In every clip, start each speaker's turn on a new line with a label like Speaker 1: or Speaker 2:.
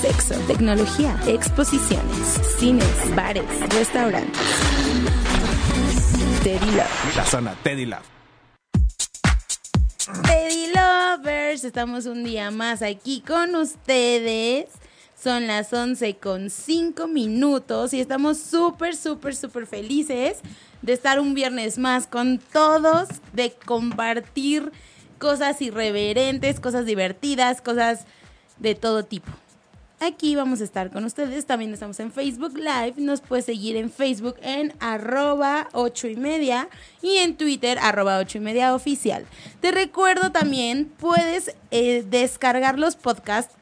Speaker 1: Sexo, tecnología, exposiciones, cines, bares, restaurantes. Teddy Love.
Speaker 2: La zona Teddy Love.
Speaker 1: Teddy Lovers, estamos un día más aquí con ustedes. Son las 11 con 5 minutos y estamos súper, súper, súper felices de estar un viernes más con todos, de compartir cosas irreverentes, cosas divertidas, cosas de todo tipo. Aquí vamos a estar con ustedes. También estamos en Facebook Live. Nos puedes seguir en Facebook en arroba 8 y media y en Twitter arroba 8 y media oficial. Te recuerdo también, puedes eh, descargar los podcasts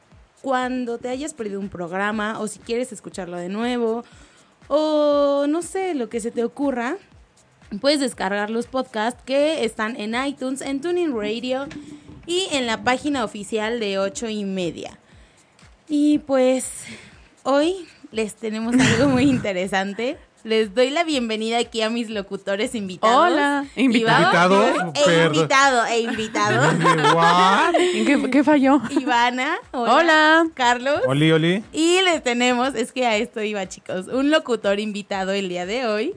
Speaker 1: cuando te hayas perdido un programa o si quieres escucharlo de nuevo o no sé, lo que se te ocurra. Puedes descargar los podcasts que están en iTunes, en Tuning Radio y en la página oficial de 8 y media. Y pues hoy les tenemos algo muy interesante. Les doy la bienvenida aquí a mis locutores invitados.
Speaker 3: Hola.
Speaker 1: Iván-
Speaker 4: Invitado,
Speaker 1: E
Speaker 4: perdón.
Speaker 1: invitado, e invitado.
Speaker 4: What?
Speaker 3: ¿Qué, qué falló?
Speaker 1: Ivana. Hola.
Speaker 3: Hola.
Speaker 1: Carlos.
Speaker 4: Oli, Oli.
Speaker 1: Y les tenemos, es que a esto iba chicos, un locutor invitado el día de hoy,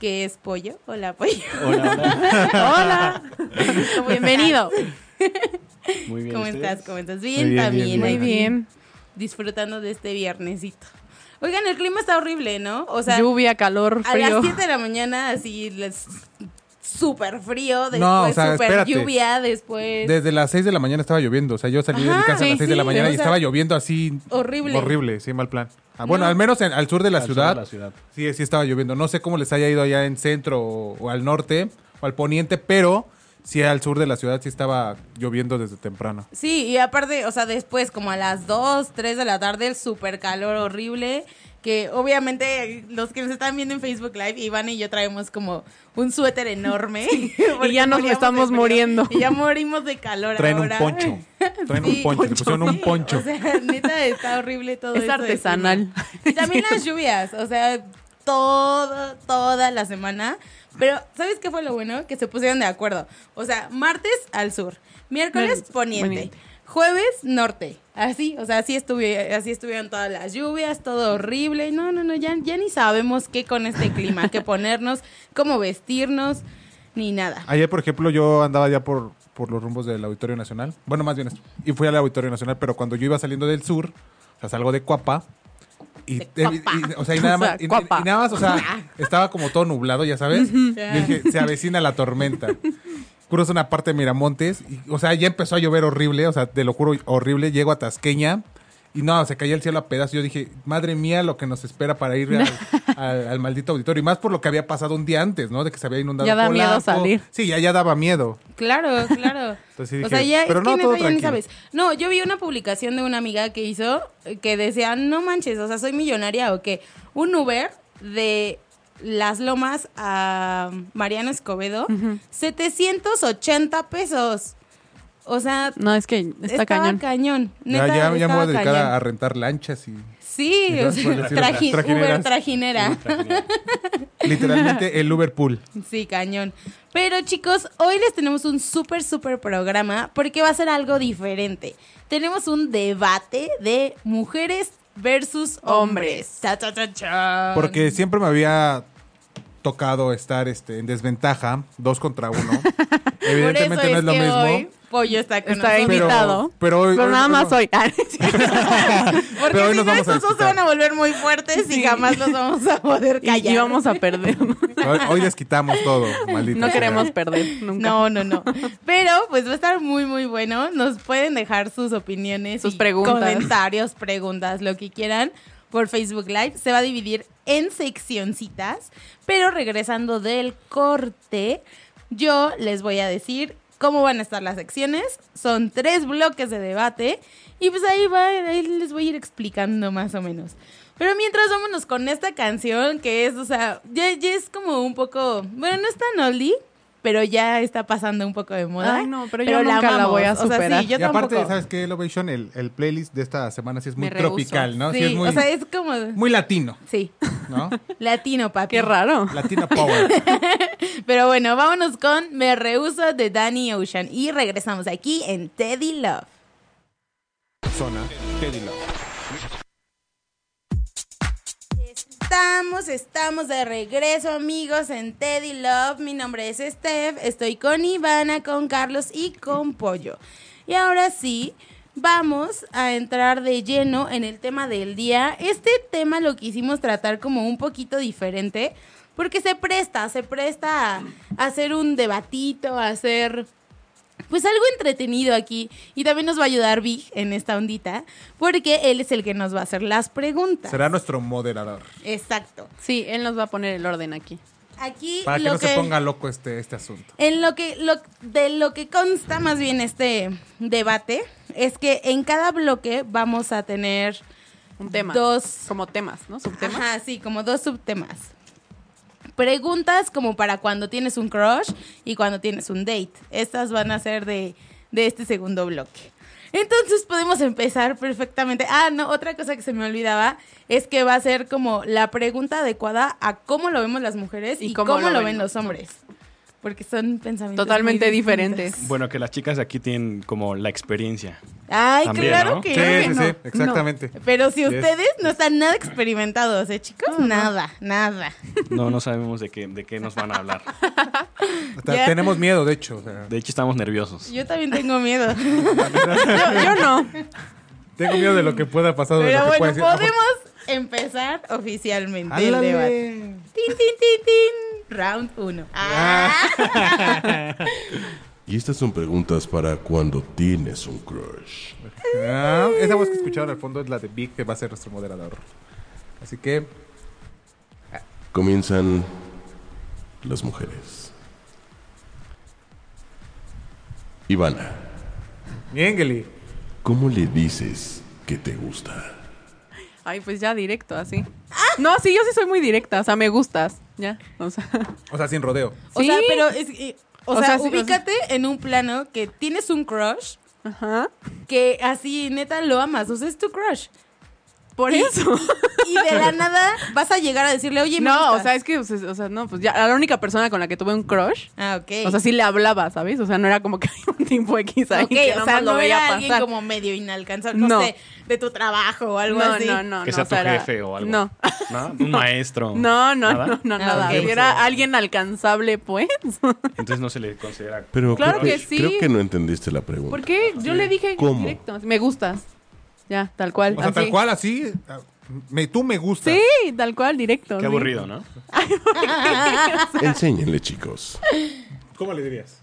Speaker 1: que es Pollo. Hola Pollo.
Speaker 3: Hola.
Speaker 1: ¿Cómo
Speaker 3: Bienvenido.
Speaker 5: Muy bien.
Speaker 1: ¿Cómo
Speaker 5: ¿ustedes?
Speaker 1: estás? ¿Cómo estás? Bien,
Speaker 4: Muy bien,
Speaker 1: también.
Speaker 4: bien,
Speaker 3: Muy
Speaker 1: aquí,
Speaker 3: bien.
Speaker 1: Disfrutando de este viernesito. Oigan, el clima está horrible, ¿no? O sea,
Speaker 3: Lluvia, calor,
Speaker 1: a las
Speaker 3: frío.
Speaker 1: 7 de la mañana así les súper frío, después
Speaker 4: No, o sea,
Speaker 1: súper
Speaker 4: espérate.
Speaker 1: lluvia, después
Speaker 4: Desde las 6 de la mañana estaba lloviendo. O sea, yo salí de
Speaker 1: Ajá,
Speaker 4: mi casa a
Speaker 3: sí,
Speaker 4: las 6 de la
Speaker 3: sí,
Speaker 4: mañana
Speaker 1: o
Speaker 4: y
Speaker 1: sea,
Speaker 4: estaba lloviendo así.
Speaker 1: horrible.
Speaker 4: Horrible, sí, mal plan. Ah, bueno,
Speaker 1: No.
Speaker 4: al menos en- al sur de la
Speaker 5: Al sur de
Speaker 4: ciudad.
Speaker 5: la ciudad.
Speaker 4: Sí, sí estaba lloviendo. No sé cómo les haya ido allá en centro o, o al norte o al poniente, pero sí al sur de la ciudad sí estaba lloviendo desde temprano.
Speaker 1: Sí, y aparte, o sea, después como a las 2, 3 de la tarde, el super calor horrible, que obviamente los que nos están viendo en Facebook Live, Iván y yo traemos como un suéter enorme. porque
Speaker 3: Y ya nos
Speaker 1: moríamos de
Speaker 3: estamos
Speaker 1: frío.
Speaker 3: muriendo.
Speaker 1: Y ya morimos de calor
Speaker 4: Traen un
Speaker 1: ahora.
Speaker 4: poncho. Traen
Speaker 1: Sí.
Speaker 4: un poncho. Le pusieron un poncho.
Speaker 1: O sea, neta, está horrible todo
Speaker 3: Es
Speaker 1: esto del clima.
Speaker 3: artesanal.
Speaker 1: Y también las lluvias, o sea, todo, toda la semana. Pero, ¿sabes qué fue lo bueno? Que se pusieron de acuerdo. O sea, martes al sur, miércoles
Speaker 3: Martes,
Speaker 1: poniente,
Speaker 3: poniente.
Speaker 1: jueves norte. Así, o sea, así, estuve, así estuvieron todas las lluvias, todo horrible. No, no, no, ya, ya ni sabemos qué con este clima, qué ponernos, cómo vestirnos, ni nada.
Speaker 4: Ayer, por ejemplo, yo andaba ya por, por los rumbos del Auditorio Nacional. Bueno, más bien, y fui al Auditorio Nacional, pero cuando yo iba saliendo del sur, o sea, salgo de Cuapa. Y, eh,
Speaker 1: De Cuapa.
Speaker 4: y- y- o sea, y nada
Speaker 3: O sea,
Speaker 4: más, y, y-
Speaker 3: Cuapa.
Speaker 4: y nada más, o sea, estaba como todo nublado, ya sabes. Yo dije, se avecina la tormenta. Cruzo una parte de Miramontes, y, o sea, ya empezó a llover horrible, o sea, te lo juro, horrible. Llego a Tasqueña y no, se caía el cielo a pedazos. Yo dije, madre mía, lo que nos espera para ir al, al- al maldito auditorio. Y más por lo que había pasado un día antes, ¿no? De que se había inundado
Speaker 3: Ya da miedo salir.
Speaker 4: Sí, ya, ya daba miedo.
Speaker 1: Claro, claro.
Speaker 4: Entonces
Speaker 1: o
Speaker 4: dije,
Speaker 1: sea, ya
Speaker 4: pero
Speaker 1: es
Speaker 4: no,
Speaker 1: que
Speaker 4: todo
Speaker 1: neta ya ni
Speaker 4: tranquilo.
Speaker 1: sabes. No, yo vi una publicación de una amiga que hizo eh, que decía, no manches, o sea, soy millonaria o que un Uber de Las Lomas a Mariano Escobedo, 780 pesos. O sea,
Speaker 3: No, es que está
Speaker 1: estaba
Speaker 3: cañón.
Speaker 4: Ya,
Speaker 1: Neta,
Speaker 4: ya, ya me voy
Speaker 1: estaba
Speaker 4: a dedicar
Speaker 1: cañón.
Speaker 4: a, a rentar lanchas y.
Speaker 1: Sí,
Speaker 4: Y
Speaker 1: o
Speaker 4: vas
Speaker 1: sea,
Speaker 4: por decir,
Speaker 1: traji-
Speaker 4: trajineras.
Speaker 1: Uber trajinera.
Speaker 4: Literalmente el Uber Pool.
Speaker 1: Sí, cañón. Pero chicos, hoy les tenemos un súper, súper programa porque va a ser algo diferente. Tenemos un debate de mujeres versus hombres. Cha, cha, cha, cha.
Speaker 4: Porque siempre me había tocado estar este, en desventaja, dos contra uno.
Speaker 1: Por eso
Speaker 4: Evidentemente no es lo
Speaker 1: que
Speaker 4: mismo.
Speaker 1: hoy Pollo está con
Speaker 3: Está
Speaker 1: nosotros.
Speaker 3: invitado. Pero,
Speaker 4: pero hoy- hoy-
Speaker 3: nada
Speaker 4: hoy
Speaker 3: más
Speaker 4: no.
Speaker 3: hoy. Ah,
Speaker 1: Porque
Speaker 4: Pero hoy
Speaker 1: si
Speaker 4: nos
Speaker 1: no,
Speaker 4: vamos
Speaker 1: estos dos se
Speaker 4: a disfrutar.
Speaker 1: van a volver muy fuertes y jamás los vamos a poder
Speaker 3: Y,
Speaker 1: callar.
Speaker 3: y vamos a perder.
Speaker 4: Hoy, hoy les quitamos todo, maldito.
Speaker 3: No
Speaker 4: sea.
Speaker 3: queremos perder nunca.
Speaker 1: No, no, no. Pero pues va a estar muy, muy bueno. Nos pueden dejar sus opiniones,
Speaker 3: Sus
Speaker 1: y
Speaker 3: preguntas.
Speaker 1: comentarios, preguntas, lo que quieran por Facebook Live. Se va a dividir en seccioncitas. Pero regresando del corte, yo les voy a decir cómo van a estar las secciones. Son tres bloques de debate. Y pues ahí va, ahí les voy a ir explicando más o menos. Pero mientras vámonos con esta canción que es, o sea, ya, ya es como un poco, bueno, no es tan oldie, pero ya está pasando un poco de moda.
Speaker 3: Ay, no, pero yo nunca la
Speaker 1: amamos.
Speaker 3: voy a
Speaker 1: O sea, sí,
Speaker 3: superar.
Speaker 1: yo
Speaker 4: y aparte,
Speaker 1: tampoco.
Speaker 4: ¿sabes qué? Elevation, el, el playlist de esta semana sí es muy
Speaker 3: Me rehúso.
Speaker 4: tropical, ¿no? Sí,
Speaker 1: Sí,
Speaker 4: es muy,
Speaker 1: o sea, es como...
Speaker 4: muy latino,
Speaker 1: Sí,
Speaker 4: ¿no?
Speaker 1: latino, papi.
Speaker 3: Qué raro.
Speaker 4: Latino Power.
Speaker 1: Pero bueno, vámonos con Me Rehuso de Danny Ocean y regresamos aquí en Teddy Love.
Speaker 4: Zona. Teddy Love.
Speaker 1: Estamos, estamos de regreso amigos en Teddy Love. Mi nombre es Steph, estoy con Ivana, con Carlos y con Pollo. Y ahora sí, vamos a entrar de lleno en el tema del día. Este tema lo quisimos tratar como un poquito diferente porque se presta, se presta a hacer un debatito, a hacer pues algo entretenido aquí. Y también nos va a ayudar Big en esta ondita porque él es el que nos va a hacer las preguntas.
Speaker 4: Será nuestro moderador.
Speaker 1: Exacto.
Speaker 3: Sí, él nos va a poner el orden aquí.
Speaker 1: Aquí
Speaker 4: Para que
Speaker 1: lo
Speaker 4: no se ponga loco este, este asunto.
Speaker 1: en lo que lo, de lo que consta más bien este debate es que en cada bloque vamos a tener
Speaker 3: Un tema.
Speaker 1: Dos.
Speaker 3: Como temas, ¿no? Subtemas.
Speaker 1: ajá, sí, como dos subtemas. Preguntas como para cuando tienes un crush y cuando tienes un date. Estas van a ser de, de este segundo bloque. Entonces podemos empezar perfectamente. Ah, no, otra cosa que se me olvidaba es que va a ser como la pregunta adecuada a cómo lo vemos las mujeres y, cómo, lo, ven los hombres. Porque son pensamientos
Speaker 3: Totalmente
Speaker 1: muy distintos.
Speaker 3: diferentes.
Speaker 5: Bueno, que las chicas aquí tienen como la experiencia.
Speaker 1: Ay,
Speaker 5: También,
Speaker 1: claro
Speaker 5: ¿no?
Speaker 1: que
Speaker 4: Sí,
Speaker 1: no.
Speaker 4: sí, sí, exactamente.
Speaker 1: Pero si
Speaker 5: Sí es.
Speaker 1: ustedes no están nada experimentados, ¿eh, chicos? Nada, nada.
Speaker 5: No, no sabemos de qué, de qué nos van a hablar.
Speaker 4: Hasta
Speaker 1: Ya.
Speaker 4: Tenemos miedo, de hecho. o sea,
Speaker 5: De hecho, estamos nerviosos.
Speaker 1: Yo también tengo miedo.
Speaker 3: Yo, yo no.
Speaker 4: tengo miedo de lo que pueda pasar. o de lo
Speaker 1: Pero
Speaker 4: que
Speaker 1: bueno,
Speaker 4: pueda decir. Ah,
Speaker 1: podemos empezar oficialmente el
Speaker 4: Álale.
Speaker 1: debate. Tin, tin, tin, tin. Round 1.
Speaker 4: Ah.
Speaker 6: Y estas son preguntas para cuando tienes un crush.
Speaker 4: Ah, esa voz que escucharon al fondo es la de Vic, que va a ser nuestro moderador. Así que,
Speaker 6: Comienzan las mujeres. Ivana,
Speaker 4: Miengeli.
Speaker 6: ¿cómo le dices que te gusta?
Speaker 3: Ay, pues ya directo, así.
Speaker 1: Ah.
Speaker 3: No, sí, yo sí soy muy directa. O sea, me gustas. Ya. O sea,
Speaker 4: O sea, sin rodeo.
Speaker 1: O sea,
Speaker 3: Sí.
Speaker 1: pero es que- o,
Speaker 3: O
Speaker 1: sea,
Speaker 3: sea, sí, o sea-
Speaker 1: ubícate en un plano que tienes un crush
Speaker 3: ajá.
Speaker 1: que así neta lo amas, o sea, es tu crush.
Speaker 3: Por eso.
Speaker 1: Y de la nada vas a llegar a decirle, "Oye, me
Speaker 3: No, o
Speaker 1: gustas".
Speaker 3: sea, es que, o sea, o sea, no, pues ya, a la única persona con la que tuve un crush,
Speaker 1: Ah, ok.
Speaker 3: o sea, sí le hablaba, ¿sabes? O sea, no era como que hay un tipo X ahí
Speaker 1: Ok,
Speaker 3: que
Speaker 1: o
Speaker 3: nomás
Speaker 1: sea,
Speaker 3: lo
Speaker 1: no
Speaker 3: veía
Speaker 1: era
Speaker 3: pasar.
Speaker 1: alguien como medio inalcanzable, no,
Speaker 3: No.
Speaker 1: sé, de tu trabajo o algo
Speaker 3: no,
Speaker 1: así.
Speaker 3: no, no,
Speaker 5: que
Speaker 3: no,
Speaker 5: sea
Speaker 3: o sea,
Speaker 5: tu
Speaker 3: era-
Speaker 5: jefe o algo.
Speaker 3: No,
Speaker 5: ¿No? Un maestro.
Speaker 3: no, no,
Speaker 5: ¿Nada?
Speaker 3: no, no,
Speaker 1: Ah,
Speaker 3: nada.
Speaker 1: ok.
Speaker 3: Si era alguien alcanzable, pues.
Speaker 5: Entonces no se le considera.
Speaker 6: Pero
Speaker 3: Claro
Speaker 6: creo,
Speaker 3: que sí.
Speaker 6: creo que no entendiste la pregunta.
Speaker 3: ¿Por qué? Yo le dije
Speaker 6: ¿Cómo?
Speaker 3: directo, así, me gustas. Ya, tal cual.
Speaker 4: O sea,
Speaker 3: así.
Speaker 4: tal cual, así. ah, Me, tú me gustas.
Speaker 3: Sí, tal cual, directo.
Speaker 5: Qué
Speaker 3: sí.
Speaker 5: aburrido, ¿no?
Speaker 6: Enséñenle, chicos.
Speaker 4: ¿Cómo le dirías?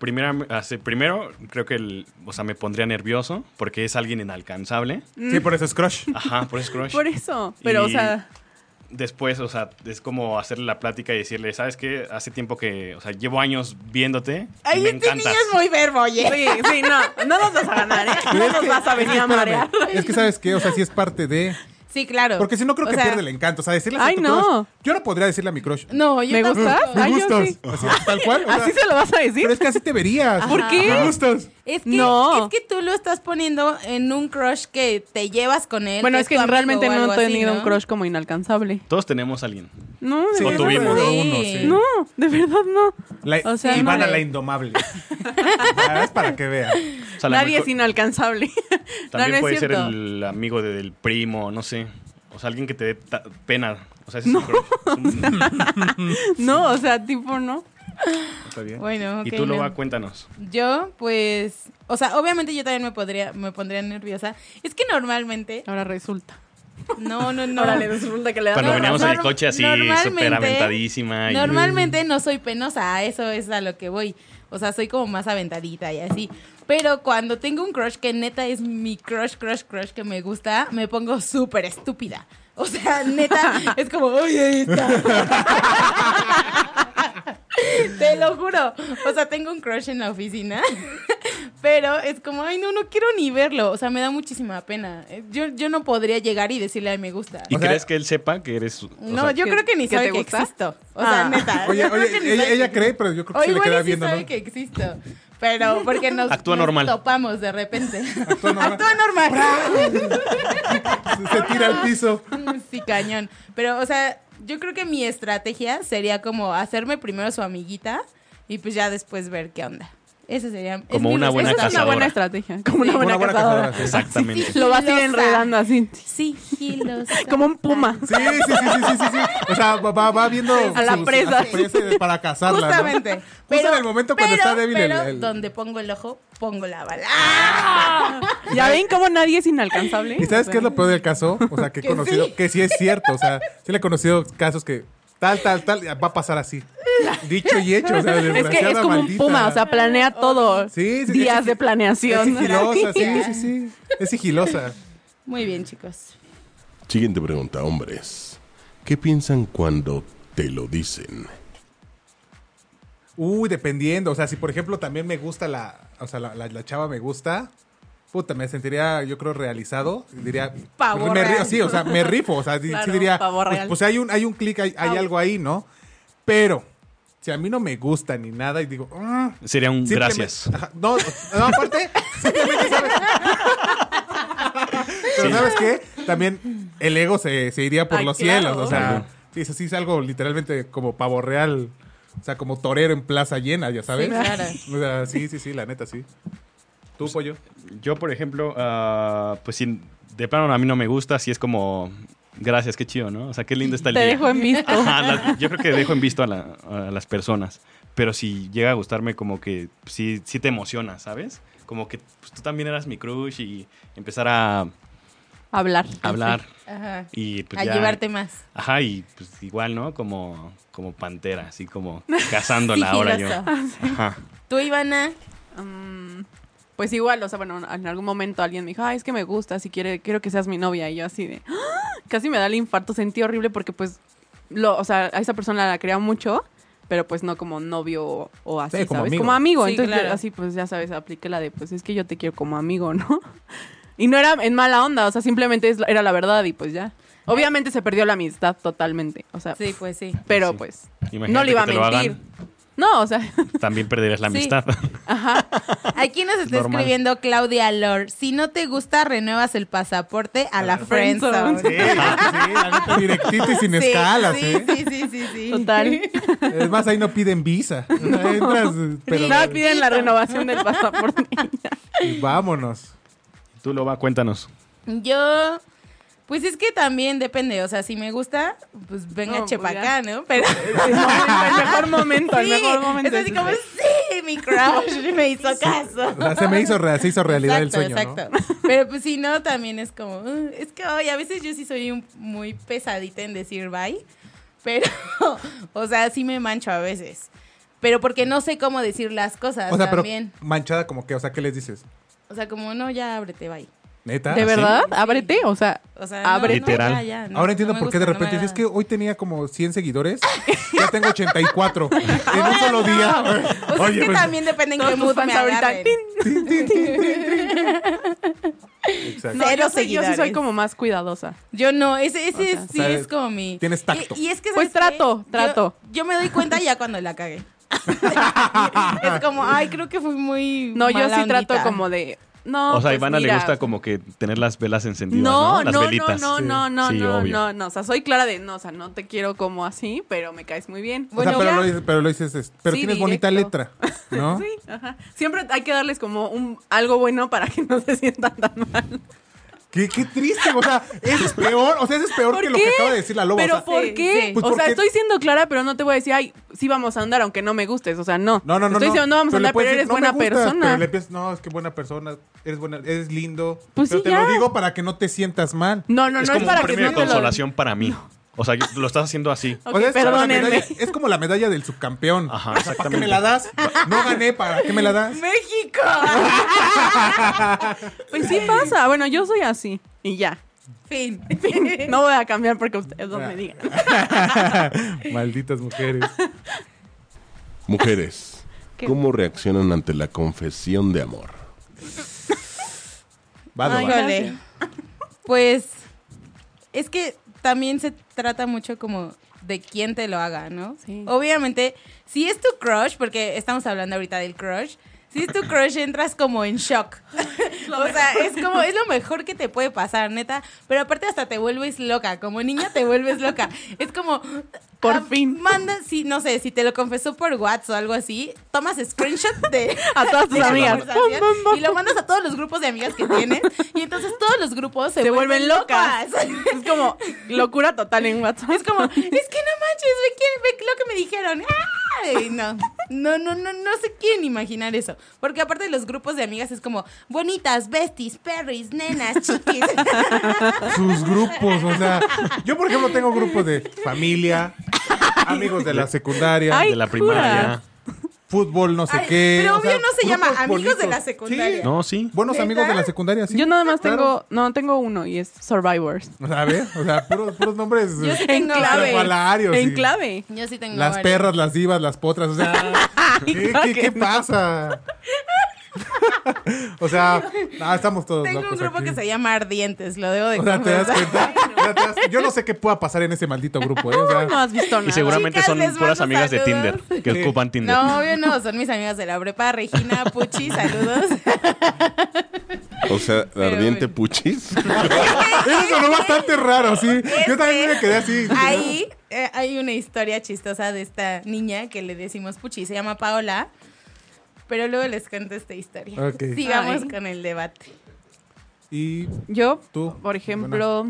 Speaker 5: Primera, hace- primero, creo que el- o sea, me pondría nervioso porque es alguien inalcanzable.
Speaker 4: Sí, por eso es crush.
Speaker 5: Ajá, por eso es crush.
Speaker 3: Por e-, eso, pero, o
Speaker 5: Y-
Speaker 3: sea,
Speaker 5: Después, o sea, es como hacerle la plática y decirle, ¿sabes qué? Hace tiempo que, o sea, llevo años viéndote. y
Speaker 1: Ay,
Speaker 5: me
Speaker 1: este
Speaker 5: encantas.
Speaker 1: niño es muy verbo, oye.
Speaker 3: sí, sí, no, no nos vas a ganar, ¿eh? No nos vas a venir a marear.
Speaker 4: Es que, ¿sabes qué? O sea, sí es parte de.
Speaker 1: Sí, claro.
Speaker 4: Porque si no, creo
Speaker 3: O
Speaker 4: que
Speaker 3: sea-
Speaker 4: pierde el encanto. O sea, decirle
Speaker 3: Ay, no.
Speaker 4: Yo no podría decirle a mi crush.
Speaker 1: No, yo
Speaker 3: ¿Me
Speaker 1: tampoco.
Speaker 3: gustas?
Speaker 4: Me
Speaker 3: Ay, yo
Speaker 4: gustas.
Speaker 3: sí.
Speaker 4: Así, tal cual. o sea,
Speaker 3: ¿Así se lo vas a decir?
Speaker 4: Pero es que así te verías.
Speaker 3: ¿Por qué?
Speaker 4: Me gustas.
Speaker 1: Es que,
Speaker 3: No.
Speaker 1: es que tú lo estás poniendo en un crush que te llevas con él.
Speaker 3: Bueno, es que
Speaker 1: tu amigo
Speaker 3: realmente
Speaker 1: o
Speaker 3: no
Speaker 1: algo
Speaker 3: he
Speaker 1: así,
Speaker 3: tenido
Speaker 1: ¿no?
Speaker 3: un crush como inalcanzable.
Speaker 5: Todos tenemos a alguien.
Speaker 3: No, de
Speaker 4: Sí,
Speaker 5: O
Speaker 3: verdad.
Speaker 5: tuvimos.
Speaker 4: pero
Speaker 1: Sí.
Speaker 4: uno, sí.
Speaker 3: No, de verdad no.
Speaker 4: La-
Speaker 3: O sea,
Speaker 4: Ivana
Speaker 3: no.
Speaker 4: la indomable. Ah, es para que vea.
Speaker 5: O sea, a lo
Speaker 3: Nadie
Speaker 5: mejor-
Speaker 3: es inalcanzable.
Speaker 5: También
Speaker 3: no, no
Speaker 5: puede
Speaker 3: es
Speaker 5: ser
Speaker 3: cierto.
Speaker 5: el amigo de- del primo, no sé. O sea, alguien que te dé ta- pena. O sea, ese es un crush. Es un-
Speaker 3: No, o sea, tipo, no.
Speaker 4: Está bien.
Speaker 1: Bueno, ok.
Speaker 5: y tú,
Speaker 1: no.
Speaker 5: Loba, cuéntanos.
Speaker 1: Yo, pues. O sea, obviamente yo también me podría, me pondría nerviosa. Es que normalmente.
Speaker 3: Ahora resulta.
Speaker 1: No, no, no.
Speaker 3: Ahora le resulta que le das
Speaker 5: Cuando
Speaker 3: la
Speaker 1: normal-
Speaker 5: veníamos en el
Speaker 1: norm-
Speaker 5: coche así,
Speaker 1: normalmente-
Speaker 5: súper aventadísima. y-
Speaker 1: Normalmente no soy penosa, a eso es a lo que voy. O sea, soy como más aventadita y así. Pero cuando tengo un crush que neta es mi crush, crush, crush que me gusta, me pongo súper estúpida. O sea, neta, es como, oye, esta". Te lo juro. O sea, tengo un crush en la oficina. Pero es como, ay, no, no quiero ni verlo. O sea, me da muchísima pena. Eh, Yo, yo no podría llegar y decirle, ay, me gusta.
Speaker 5: ¿Y
Speaker 4: O sea-
Speaker 5: crees que él sepa que eres.? o
Speaker 1: No,
Speaker 5: sea,
Speaker 1: yo
Speaker 3: ¿que-
Speaker 1: creo que ni
Speaker 3: que
Speaker 1: sabe
Speaker 3: te
Speaker 1: que
Speaker 3: gusta?
Speaker 1: existo. O sea,
Speaker 3: Ah.
Speaker 1: neta.
Speaker 4: Oye,
Speaker 1: yo creo
Speaker 4: oye,
Speaker 1: que ni
Speaker 4: ella,
Speaker 1: sabe
Speaker 4: ella
Speaker 1: que-
Speaker 4: cree, pero yo creo
Speaker 1: O
Speaker 4: que se le
Speaker 1: igual y
Speaker 4: queda
Speaker 1: sí
Speaker 4: viendo,
Speaker 1: sabe
Speaker 4: ¿no?
Speaker 1: que existo. Pero porque nos,
Speaker 5: Actúa
Speaker 1: nos
Speaker 5: normal.
Speaker 1: topamos de repente. Actúa
Speaker 4: normal.
Speaker 1: normal. Actúa normal.
Speaker 4: Se tira al piso.
Speaker 1: sí, cañón. Pero, o sea, yo creo que mi estrategia sería como hacerme primero su amiguita y pues ya después ver qué onda. Esa sería. es
Speaker 5: Como
Speaker 1: mi
Speaker 5: una buena
Speaker 1: respuesta.
Speaker 3: Esa es una buena
Speaker 5: cazadora.
Speaker 3: estrategia. Como una buena,
Speaker 4: buena
Speaker 3: cazadora.
Speaker 4: cazadora, sí.
Speaker 5: Exactamente.
Speaker 1: Sí.
Speaker 3: Lo vas a ir
Speaker 1: Filosa.
Speaker 3: enredando así.
Speaker 1: Sigilosa.
Speaker 3: Como un puma.
Speaker 4: Sí, sí, sí, sí, sí, sí, sí. O sea, va, va- va viendo
Speaker 3: A la presa.
Speaker 4: a su presa para cazarla. ¿no?
Speaker 1: Justamente.
Speaker 4: Justo en el momento cuando está débil el-
Speaker 1: pero
Speaker 4: el-
Speaker 1: donde pongo el ojo, pongo la bala.
Speaker 5: ¡Ah!
Speaker 3: ¿Ya ven cómo nadie es inalcanzable?
Speaker 4: ¿Y sabes qué es lo peor del caso? O sea, que he
Speaker 1: Que
Speaker 4: conocido,
Speaker 1: sí.
Speaker 4: que sí es cierto. O sea, sí le he conocido casos que tal, tal, tal, va a pasar así. Dicho y hecho. O sea,
Speaker 3: Es que es
Speaker 4: desgraciada
Speaker 3: como un
Speaker 4: maldita.
Speaker 3: puma, o sea, planea todo.
Speaker 4: Sí, sí,
Speaker 3: Días
Speaker 4: es-
Speaker 3: de
Speaker 4: es
Speaker 3: planeación.
Speaker 4: sigilosa, sí, sí, sí. Es sigilosa.
Speaker 1: Muy bien, chicos.
Speaker 6: Siguiente pregunta, hombres. ¿Qué piensan cuando te lo dicen?
Speaker 4: Uy, dependiendo. O sea, si por ejemplo también me gusta la. O sea, la, la- la chava me gusta. Puta, me sentiría, yo creo, realizado. Diría.
Speaker 1: Pavo
Speaker 4: me ri-
Speaker 1: real.
Speaker 4: Sí, o sea, me rifo. O sea, di- sí
Speaker 3: Claro,
Speaker 4: diría.
Speaker 3: pavo
Speaker 4: pues,
Speaker 3: real.
Speaker 4: Pues, hay un, hay un clic, hay, hay
Speaker 3: Au.
Speaker 4: algo ahí, ¿no? Pero, si a mí no me gusta ni nada y digo. "Ah",
Speaker 5: Sería un
Speaker 4: simplemente-
Speaker 5: gracias.
Speaker 4: Ajá, no, no, aparte, simplemente sabes. Pero
Speaker 5: Sí.
Speaker 4: ¿sabes qué? También el ego se, se iría por
Speaker 3: Ah,
Speaker 4: los
Speaker 3: claro.
Speaker 4: cielos. O sea, sí, eso sí es algo literalmente como pavo real. O sea, como torero en plaza llena, ya sabes.
Speaker 1: Sí, claro.
Speaker 4: O sea, sí, sí, sí, la neta, sí. ¿Tú, pollo?
Speaker 5: Yo, por ejemplo, ah, pues si de plano a mí no me gusta, si es como, gracias, qué chido, ¿no? O sea, qué lindo está el
Speaker 3: Te
Speaker 5: día.
Speaker 3: dejo en visto.
Speaker 5: Ajá, la- yo creo que dejo en visto a, la- a las personas. Pero si llega a gustarme, como que sí, sí te emociona, ¿sabes? Como que pues, tú también eras mi crush y empezar a
Speaker 3: Hablar.
Speaker 5: hablar.
Speaker 1: Ajá.
Speaker 5: Y, pues,
Speaker 1: a
Speaker 5: ya-
Speaker 1: llevarte más.
Speaker 5: Ajá, y pues igual, ¿no? Como, como pantera, así como cazándola ahora yo. Ajá.
Speaker 1: Tú, Ivana,
Speaker 3: Mm, Pues igual, o sea, bueno, en algún momento alguien me dijo, ay, es que me gusta, si quiere, quiero que seas mi novia. Y yo así de, ¡ah! casi me da el infarto, sentí horrible porque pues, lo, o sea, a esa persona la quería mucho, pero pues no como novio o, o así,
Speaker 4: Sí, como
Speaker 3: ¿sabes?
Speaker 4: amigo.
Speaker 3: Como amigo.
Speaker 1: Sí,
Speaker 3: Entonces,
Speaker 1: claro.
Speaker 3: así pues ya sabes, apliqué la de, pues es que yo te quiero como amigo, ¿no? Y no era en mala onda, o sea, simplemente es- era la verdad y pues ya. Obviamente se perdió la amistad totalmente, o sea,
Speaker 1: sí, pues sí.
Speaker 3: pero
Speaker 5: Sí.
Speaker 3: pues
Speaker 5: Imagínate
Speaker 3: no le iba a
Speaker 5: que te lo hagan.
Speaker 3: mentir. No, o sea,
Speaker 5: También perderás la
Speaker 1: Sí.
Speaker 5: amistad.
Speaker 1: Aquí nos está
Speaker 5: Normal.
Speaker 1: escribiendo Claudia Lor. Si no te gusta, renuevas el pasaporte a la friendzone.
Speaker 4: Sí, la neta, directito y sin
Speaker 1: Sí,
Speaker 4: escalas,
Speaker 1: sí,
Speaker 4: ¿eh?
Speaker 1: sí, sí, sí, sí.
Speaker 3: total.
Speaker 4: Es más, ahí no piden visa. O sea, entras, pero
Speaker 3: Nada, piden la renovación del pasaporte.
Speaker 4: vámonos.
Speaker 5: Tú, Loba, cuéntanos.
Speaker 1: Yo, pues es que también depende. O sea, si me gusta, pues venga
Speaker 3: No,
Speaker 1: Chepacá, ¿no? Pero...
Speaker 3: el mejor momento, el
Speaker 1: Sí,
Speaker 3: mejor momento.
Speaker 1: Es así como, sí, mi crush me hizo caso.
Speaker 4: O sea, se me hizo, re- se hizo realidad el sueño, ¿no?
Speaker 1: Pero pues si no, también es como, "Uh, es que hoy a veces yo sí soy un- muy pesadita en decir bye, pero, o sea, sí me mancho a veces. Pero porque no sé cómo decir las cosas
Speaker 4: O sea, pero
Speaker 1: también.
Speaker 4: manchada como que, o sea, ¿qué les dices?
Speaker 1: O sea, como, no, ya ábrete, bye.
Speaker 4: ¿Neta?
Speaker 3: ¿De
Speaker 4: ¿Así?
Speaker 3: verdad? Ábrete, o sea,
Speaker 1: O sea,
Speaker 3: ábrete.
Speaker 1: no, no,
Speaker 5: Literal.
Speaker 1: ya, ya, no,
Speaker 4: Ahora entiendo
Speaker 1: no me
Speaker 4: por qué de
Speaker 1: gusta, no
Speaker 4: repente
Speaker 1: me
Speaker 4: dices que
Speaker 1: agrada.
Speaker 4: hoy tenía como 100 seguidores, ya tengo 84 en un solo día.
Speaker 1: O sea,
Speaker 4: pues,
Speaker 1: es que también depende en
Speaker 3: Todos
Speaker 1: qué
Speaker 3: tus
Speaker 1: mood
Speaker 3: fans
Speaker 1: me
Speaker 3: ahorita,
Speaker 1: agarren.
Speaker 3: tin.
Speaker 4: Exacto.
Speaker 3: No,
Speaker 1: Cero
Speaker 3: yo, soy, yo sí soy
Speaker 1: seguidores.
Speaker 3: como más cuidadosa.
Speaker 1: Yo no, ese, ese
Speaker 3: sea,
Speaker 1: sí
Speaker 4: sabes,
Speaker 1: es como mi.
Speaker 4: tienes tacto.
Speaker 1: Y, y es que,
Speaker 3: Pues
Speaker 1: ¿sabes qué?
Speaker 3: trato,
Speaker 1: Yo-
Speaker 3: trato.
Speaker 1: Yo, me doy cuenta ya cuando la cagué. es como, ay, creo que fui muy.
Speaker 3: No, yo
Speaker 1: mala
Speaker 3: sí trato
Speaker 1: ondita".
Speaker 3: como de. No,
Speaker 5: o sea, a
Speaker 3: pues
Speaker 5: Ivana
Speaker 3: mira,
Speaker 5: le gusta como que tener las velas encendidas, ¿no?
Speaker 3: No,
Speaker 5: Las
Speaker 3: no,
Speaker 5: velitas.
Speaker 3: no, no, no,
Speaker 5: Sí,
Speaker 3: no,
Speaker 5: obvio.
Speaker 3: no, no, o sea, soy clara de, no, o sea, no te quiero como así, pero me caes muy bien.
Speaker 4: O sea,
Speaker 1: Bueno,
Speaker 4: pero,
Speaker 1: ya.
Speaker 4: lo, dices- pero lo dices, es- pero
Speaker 3: Sí,
Speaker 4: tienes bonita
Speaker 3: directo.
Speaker 4: letra, ¿no?
Speaker 3: Sí, ajá. Siempre hay que darles como un algo bueno para que no se sientan tan mal.
Speaker 4: ¿Qué, qué triste, o sea, eso es peor, o sea, eso es peor
Speaker 3: ¿Por
Speaker 4: que lo que
Speaker 3: qué?
Speaker 4: acaba de decir la loba.
Speaker 3: ¿Pero
Speaker 4: o sea,
Speaker 3: por
Speaker 1: Sí,
Speaker 3: qué?
Speaker 1: sí.
Speaker 4: Pues
Speaker 3: o sea,
Speaker 4: porque-
Speaker 3: estoy siendo clara, pero no te voy a decir, ay, sí vamos a andar, aunque no me gustes. O sea, no.
Speaker 4: no, no, no.
Speaker 3: Estoy diciendo, no vamos a
Speaker 4: Pero le
Speaker 3: andar,
Speaker 4: puedes
Speaker 3: pero
Speaker 4: decir,
Speaker 3: eres
Speaker 4: "No me
Speaker 3: buena
Speaker 4: gustas",
Speaker 3: persona.
Speaker 4: Pero le piensas, no, es que buena persona, eres buena, eres lindo.
Speaker 3: Pues
Speaker 4: pero
Speaker 3: sí,
Speaker 4: te
Speaker 3: ya.
Speaker 4: lo digo para que no te sientas mal.
Speaker 3: No, no,
Speaker 5: es
Speaker 3: no es
Speaker 5: como
Speaker 3: para
Speaker 5: un
Speaker 3: que no
Speaker 5: premio de
Speaker 3: te lo...
Speaker 5: consolación para mí. O sea, yo- lo estás haciendo así.
Speaker 3: Ok,
Speaker 4: O sea, es como la
Speaker 3: perdónenme.
Speaker 4: medalla- es como la medalla del subcampeón.
Speaker 5: Ajá,
Speaker 4: O sea, ¿Para qué
Speaker 5: exactamente.
Speaker 4: me la das? No gané, ¿para qué me la das?
Speaker 1: ¡México!
Speaker 3: Pues sí pasa. Bueno, yo soy así. Y ya.
Speaker 1: fin.
Speaker 3: No voy a cambiar porque ustedes no me digan.
Speaker 4: Malditas mujeres.
Speaker 7: Mujeres,
Speaker 3: ¿Qué?
Speaker 7: ¿cómo reaccionan ante la confesión de amor?
Speaker 5: Ah,
Speaker 4: Va,
Speaker 1: Ay,
Speaker 4: Dora.
Speaker 1: híjole. Pues es que también se trata mucho como de quién te lo haga, ¿no?
Speaker 3: Sí.
Speaker 1: Obviamente, si es tu crush, porque estamos hablando ahorita del crush, si es tu crush entras como en shock. o sea, es como es lo mejor que te puede pasar, neta, pero aparte hasta te vuelves loca, como niña te vuelves loca. Es como
Speaker 3: Por
Speaker 1: ah,
Speaker 3: fin.
Speaker 1: Manda, si no sé, si te lo confesó por WhatsApp o algo así, tomas screenshot de
Speaker 3: A todas tus
Speaker 1: de la
Speaker 3: amigas.
Speaker 1: conversación
Speaker 3: Pum, pum, pum.
Speaker 1: Y lo mandas a todos los grupos de amigas que tienes. Y entonces todos los grupos se,
Speaker 3: Se vuelven locas.
Speaker 1: locas.
Speaker 3: Es como locura total en WhatsApp.
Speaker 1: Es como, es que no manches, ve, quién, ve lo que me dijeron. Ay, no, no, no, no, no se quieren imaginar eso. Porque aparte de los grupos de amigas es como bonitas, besties, perris, nenas, chiquis.
Speaker 4: Sus grupos, o sea. Yo, por ejemplo, tengo grupos de familia, amigos de la secundaria,
Speaker 3: Ay,
Speaker 5: de la
Speaker 3: jura.
Speaker 5: primaria.
Speaker 4: fútbol, no sé
Speaker 1: Ay,
Speaker 4: qué.
Speaker 1: pero
Speaker 4: o sea,
Speaker 1: obvio no se llama
Speaker 4: grupos
Speaker 1: amigos
Speaker 4: bonitos.
Speaker 1: de la secundaria.
Speaker 4: Sí,
Speaker 5: No, sí.
Speaker 4: Buenos amigos de la secundaria, sí.
Speaker 3: Yo nada más
Speaker 4: Claro.
Speaker 3: tengo, no, tengo uno y es Survivors.
Speaker 4: O sea, a ver, o sea, puros, puros nombres.
Speaker 1: Yo sí
Speaker 4: eh,
Speaker 1: tengo
Speaker 4: clave. Valarios,
Speaker 3: En
Speaker 4: sí.
Speaker 3: clave.
Speaker 1: Yo sí tengo
Speaker 4: Las
Speaker 1: varios.
Speaker 4: perras, las divas, las potras, o sea, ¿qué,
Speaker 3: claro
Speaker 4: qué-
Speaker 3: que
Speaker 4: qué
Speaker 3: no.
Speaker 4: pasa? o sea, ah, estamos todos
Speaker 1: Tengo un
Speaker 4: locos
Speaker 1: grupo
Speaker 4: aquí.
Speaker 1: que se llama Ardientes, lo debo de
Speaker 4: O sea, ¿te das
Speaker 1: confesar.
Speaker 4: cuenta? O sea, ¿te das- Yo no sé qué pueda pasar en ese maldito grupo, ¿eh? O sea,
Speaker 3: No has visto nada.
Speaker 5: Y seguramente
Speaker 1: Chicas,
Speaker 5: son
Speaker 1: les mando
Speaker 5: puras amigas de
Speaker 1: saludos.
Speaker 5: Tinder que
Speaker 4: Sí.
Speaker 5: ocupan Tinder.
Speaker 1: No, obvio no, son mis amigas de la prepa, Regina, Puchi, saludos.
Speaker 7: O sea, ardiente puchis.
Speaker 4: eso sonó bastante raro, sí. Yo también me quedé así.
Speaker 1: Ahí eh, hay una historia chistosa de esta niña que le decimos Puchi, se llama Paola, pero luego les cuento esta historia.
Speaker 4: Ok.
Speaker 1: Sigamos
Speaker 3: Ay.
Speaker 1: con el debate.
Speaker 4: Y
Speaker 3: Yo,
Speaker 4: Tú,
Speaker 3: por ejemplo,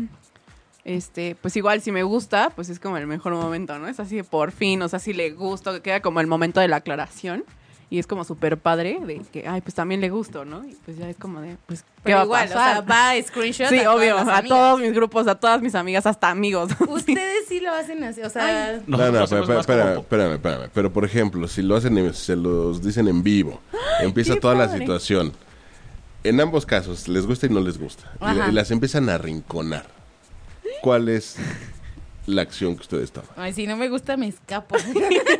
Speaker 3: este, pues igual si me gusta, pues es como el mejor momento, ¿no? Es así de por fin, o sea, si le gusto, que queda como el momento de la aclaración. Y es como súper padre de que, ay, pues también le gusto, ¿no? Y pues ya es como de, pues, ¿qué
Speaker 1: Pero
Speaker 3: va
Speaker 1: igual,
Speaker 3: a pasar?
Speaker 1: o sea, va a screenshot.
Speaker 3: sí,
Speaker 1: a todas
Speaker 3: obvio,
Speaker 1: las
Speaker 3: a
Speaker 1: amigas.
Speaker 3: todos mis grupos, a todas mis amigas, hasta amigos.
Speaker 1: Ustedes sí lo hacen así, o sea,
Speaker 7: No, no,
Speaker 5: Nosotros
Speaker 7: espérame,
Speaker 5: somos más como
Speaker 7: espérame,
Speaker 5: po-
Speaker 7: espérame, espérame. Pero por ejemplo, si lo hacen, en- se los dicen en vivo, empieza
Speaker 3: qué
Speaker 7: toda la
Speaker 3: padre.
Speaker 7: situación. En ambos casos, les gusta y no les gusta. Y,
Speaker 1: Ajá.
Speaker 7: y las empiezan a rinconar. ¿Cuál es la acción que ustedes toman?
Speaker 1: ay, si no me gusta me escapo.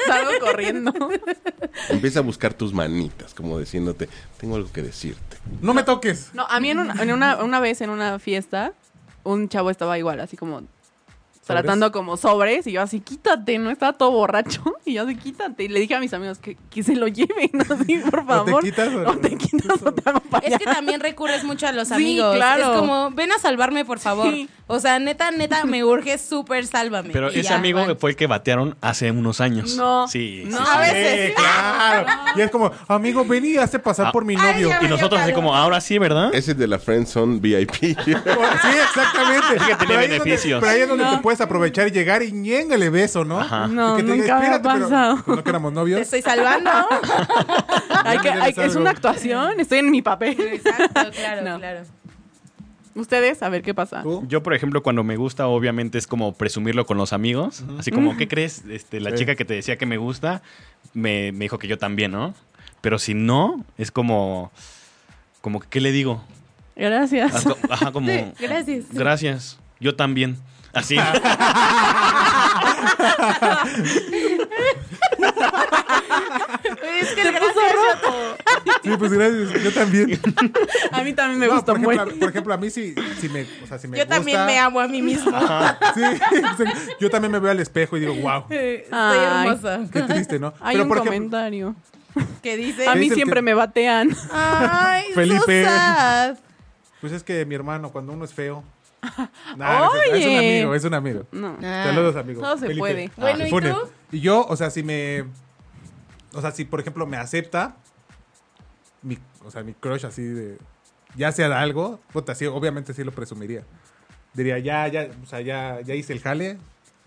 Speaker 3: Salgo corriendo.
Speaker 7: Empieza a buscar tus manitas, como diciéndote, tengo algo que decirte.
Speaker 4: no me toques.
Speaker 3: No, a mí en una, en una, una vez en una fiesta, un chavo estaba igual, así como tratando como sobres, y yo así, quítate, ¿no? Estaba todo borracho, y yo así, quítate. Y le dije a mis amigos que, que se lo lleven, así, por favor.
Speaker 4: quitas o-
Speaker 3: o te quitas o te hago para
Speaker 1: Es
Speaker 3: allá.
Speaker 1: que también recurres mucho a los
Speaker 3: Sí,
Speaker 1: amigos.
Speaker 3: claro.
Speaker 1: Es como, ven a salvarme, por favor.
Speaker 3: Sí.
Speaker 1: O sea, neta, neta, me urge súper sálvame.
Speaker 5: Pero
Speaker 1: Y
Speaker 5: ese
Speaker 1: ya,
Speaker 5: amigo
Speaker 1: van.
Speaker 5: fue el que batearon hace unos años.
Speaker 3: No,
Speaker 5: Sí.
Speaker 3: no.
Speaker 5: sí.
Speaker 1: A
Speaker 4: Sí,
Speaker 1: veces.
Speaker 4: claro. Y es como, amigo, ven y hazte pasar
Speaker 5: Ah.
Speaker 4: por mi
Speaker 1: Ay,
Speaker 4: novio.
Speaker 1: ya
Speaker 5: Y nosotros así como, ahora sí, ¿verdad?
Speaker 7: Ese de la Friendzone VIP.
Speaker 4: Sí, exactamente.
Speaker 5: que tenía
Speaker 4: Pero ahí es donde-
Speaker 5: beneficios.
Speaker 4: pero ahí es donde te puedes aprovechar y llegar y ñéngale beso, ¿no?
Speaker 5: Ajá.
Speaker 3: No,
Speaker 4: Y que te diga,
Speaker 3: nunca me ha
Speaker 4: "Espérate, pero pues,
Speaker 3: pasado.
Speaker 4: No que éramos
Speaker 1: Te
Speaker 4: novios.
Speaker 1: estoy salvando.
Speaker 3: Hay que-
Speaker 4: Ya me
Speaker 3: hay-
Speaker 4: debes
Speaker 3: es una
Speaker 4: algo.
Speaker 3: actuación, estoy en mi papel.
Speaker 1: Exacto, claro,
Speaker 3: No.
Speaker 1: claro.
Speaker 3: Ustedes, a ver qué pasa.
Speaker 4: ¿Tú?
Speaker 5: Yo, por ejemplo, cuando me gusta, obviamente es como presumirlo con los amigos. Así como, ¿qué crees? Este, la
Speaker 4: Sí.
Speaker 5: chica que te decía que me gusta me, me dijo que yo también, ¿no? Pero si no, es como, como ¿qué le digo?
Speaker 3: Gracias.
Speaker 5: Así Ah, co- Ajá, como,
Speaker 1: Gracias.
Speaker 5: gracias, yo también. Así.
Speaker 1: Es que
Speaker 3: Te
Speaker 1: el
Speaker 3: puso
Speaker 1: gracias-
Speaker 4: Sí, pues gracias. Yo también.
Speaker 3: A mí también me
Speaker 4: No,
Speaker 3: gusta
Speaker 4: por ejemplo,
Speaker 3: mucho.
Speaker 4: a- por ejemplo, a mí sí, sí me, o sea, sí me
Speaker 1: Yo
Speaker 4: gusta.
Speaker 1: también me amo a mí mismo.
Speaker 4: Sí, sí, yo también me veo al espejo y digo, wow, qué
Speaker 1: Estoy
Speaker 3: Ay.
Speaker 1: hermosa.
Speaker 4: triste, ¿no?
Speaker 3: Hay un comentario.
Speaker 1: ¿Qué dice?
Speaker 3: A mí
Speaker 4: Dice eh, el
Speaker 3: siempre
Speaker 4: que-
Speaker 3: me batean.
Speaker 1: Ay,
Speaker 4: Felipe.
Speaker 1: so sad.
Speaker 4: pues es que mi hermano, cuando uno es feo. Nah, no es cierto,
Speaker 3: Oye.
Speaker 4: Es un amigo, es un amigo.
Speaker 3: No.
Speaker 4: Ah. Saludos, amigo.
Speaker 3: No se puede.
Speaker 1: Bueno, ¿y
Speaker 4: Funen.
Speaker 1: tú?
Speaker 4: Y yo, o sea, si me. O sea, si por ejemplo me acepta, mi, o sea, mi crush así de. Ya sea de algo, puta, sí, obviamente sí lo presumiría. Diría, ya, ya, o sea, ya, ya hice el jale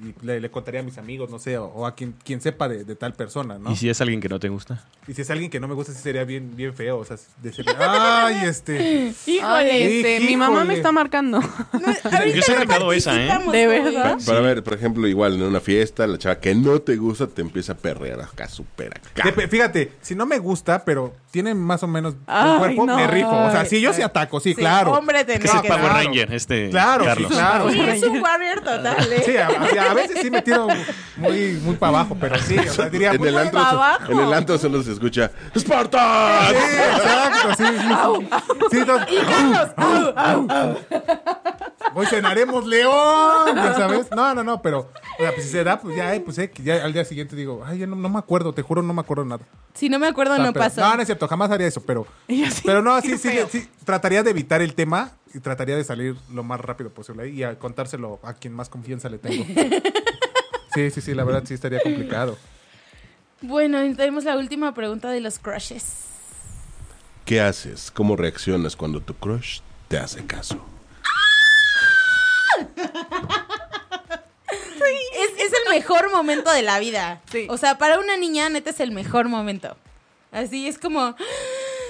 Speaker 4: y le, le contaría a mis amigos, no sé, o, o a quien, quien sepa de, de tal persona, ¿no?
Speaker 5: ¿Y si es alguien que no te gusta?
Speaker 4: Y si es alguien que no me gusta, sí sería bien, bien feo. O sea, decirle, ay, este.
Speaker 3: Híjole, este, mi mamá me
Speaker 4: Híjole.
Speaker 3: está marcando.
Speaker 5: Yo sí he aplicado esa, ¿eh?
Speaker 1: Participamos,
Speaker 3: De
Speaker 1: joven.
Speaker 3: verdad.
Speaker 7: Para ver, por ejemplo, igual en una fiesta, la chava que no te gusta te empieza a perrear acá, súper acá.
Speaker 4: Dep- Fíjate, si no me gusta, pero tiene más o menos
Speaker 3: Ay,
Speaker 4: un cuerpo,
Speaker 3: no.
Speaker 4: me rifo. O sea,
Speaker 3: Ay,
Speaker 4: si yo
Speaker 3: ay.
Speaker 4: sí ataco, sí,
Speaker 1: Sí,
Speaker 4: claro.
Speaker 1: hombre, te
Speaker 5: Que es el
Speaker 4: claro.
Speaker 5: Power Ranger, este
Speaker 4: Claro, sí,
Speaker 5: Carlos.
Speaker 4: claro.
Speaker 1: Sí, es un warrior total, ¿eh?
Speaker 4: Sí, ah. a- así a- sea, a veces sí me tiro muy, muy para abajo, pero sí, o sea, diría.
Speaker 7: En el,
Speaker 4: "Uy,
Speaker 7: antro,
Speaker 3: abajo.
Speaker 7: en el antro solo se escucha ¡Spartan!
Speaker 4: Sí, exacto, sí. sí. Sí, no- Hoy cenaremos león, ya sabes. No, no, no, pero o sea, pues, si se da, pues ya, eh, pues eh, que ya al día siguiente digo, ay, ya no, no me acuerdo, te juro, no me acuerdo nada.
Speaker 1: Si no me acuerdo,
Speaker 4: O sea,
Speaker 1: no
Speaker 4: Ah, pero-
Speaker 1: pasó.
Speaker 4: No, no es cierto, jamás haría eso, pero.
Speaker 3: Y así,
Speaker 4: pero no,
Speaker 3: qué
Speaker 4: sí, sí,
Speaker 3: feo.
Speaker 4: sí, trataría de evitar el tema y trataría de salir lo más rápido posible ahí y a contárselo a quien más confianza le tengo. Sí, sí, sí, la verdad sí estaría complicado.
Speaker 1: Bueno, y tenemos la última pregunta de los crushes.
Speaker 7: ¿Qué haces? ¿Cómo reaccionas cuando tu crush te hace caso?
Speaker 1: Es, es el mejor momento de la vida.
Speaker 3: Sí.
Speaker 1: O sea, para una niña, neta, es el mejor momento. Así es como...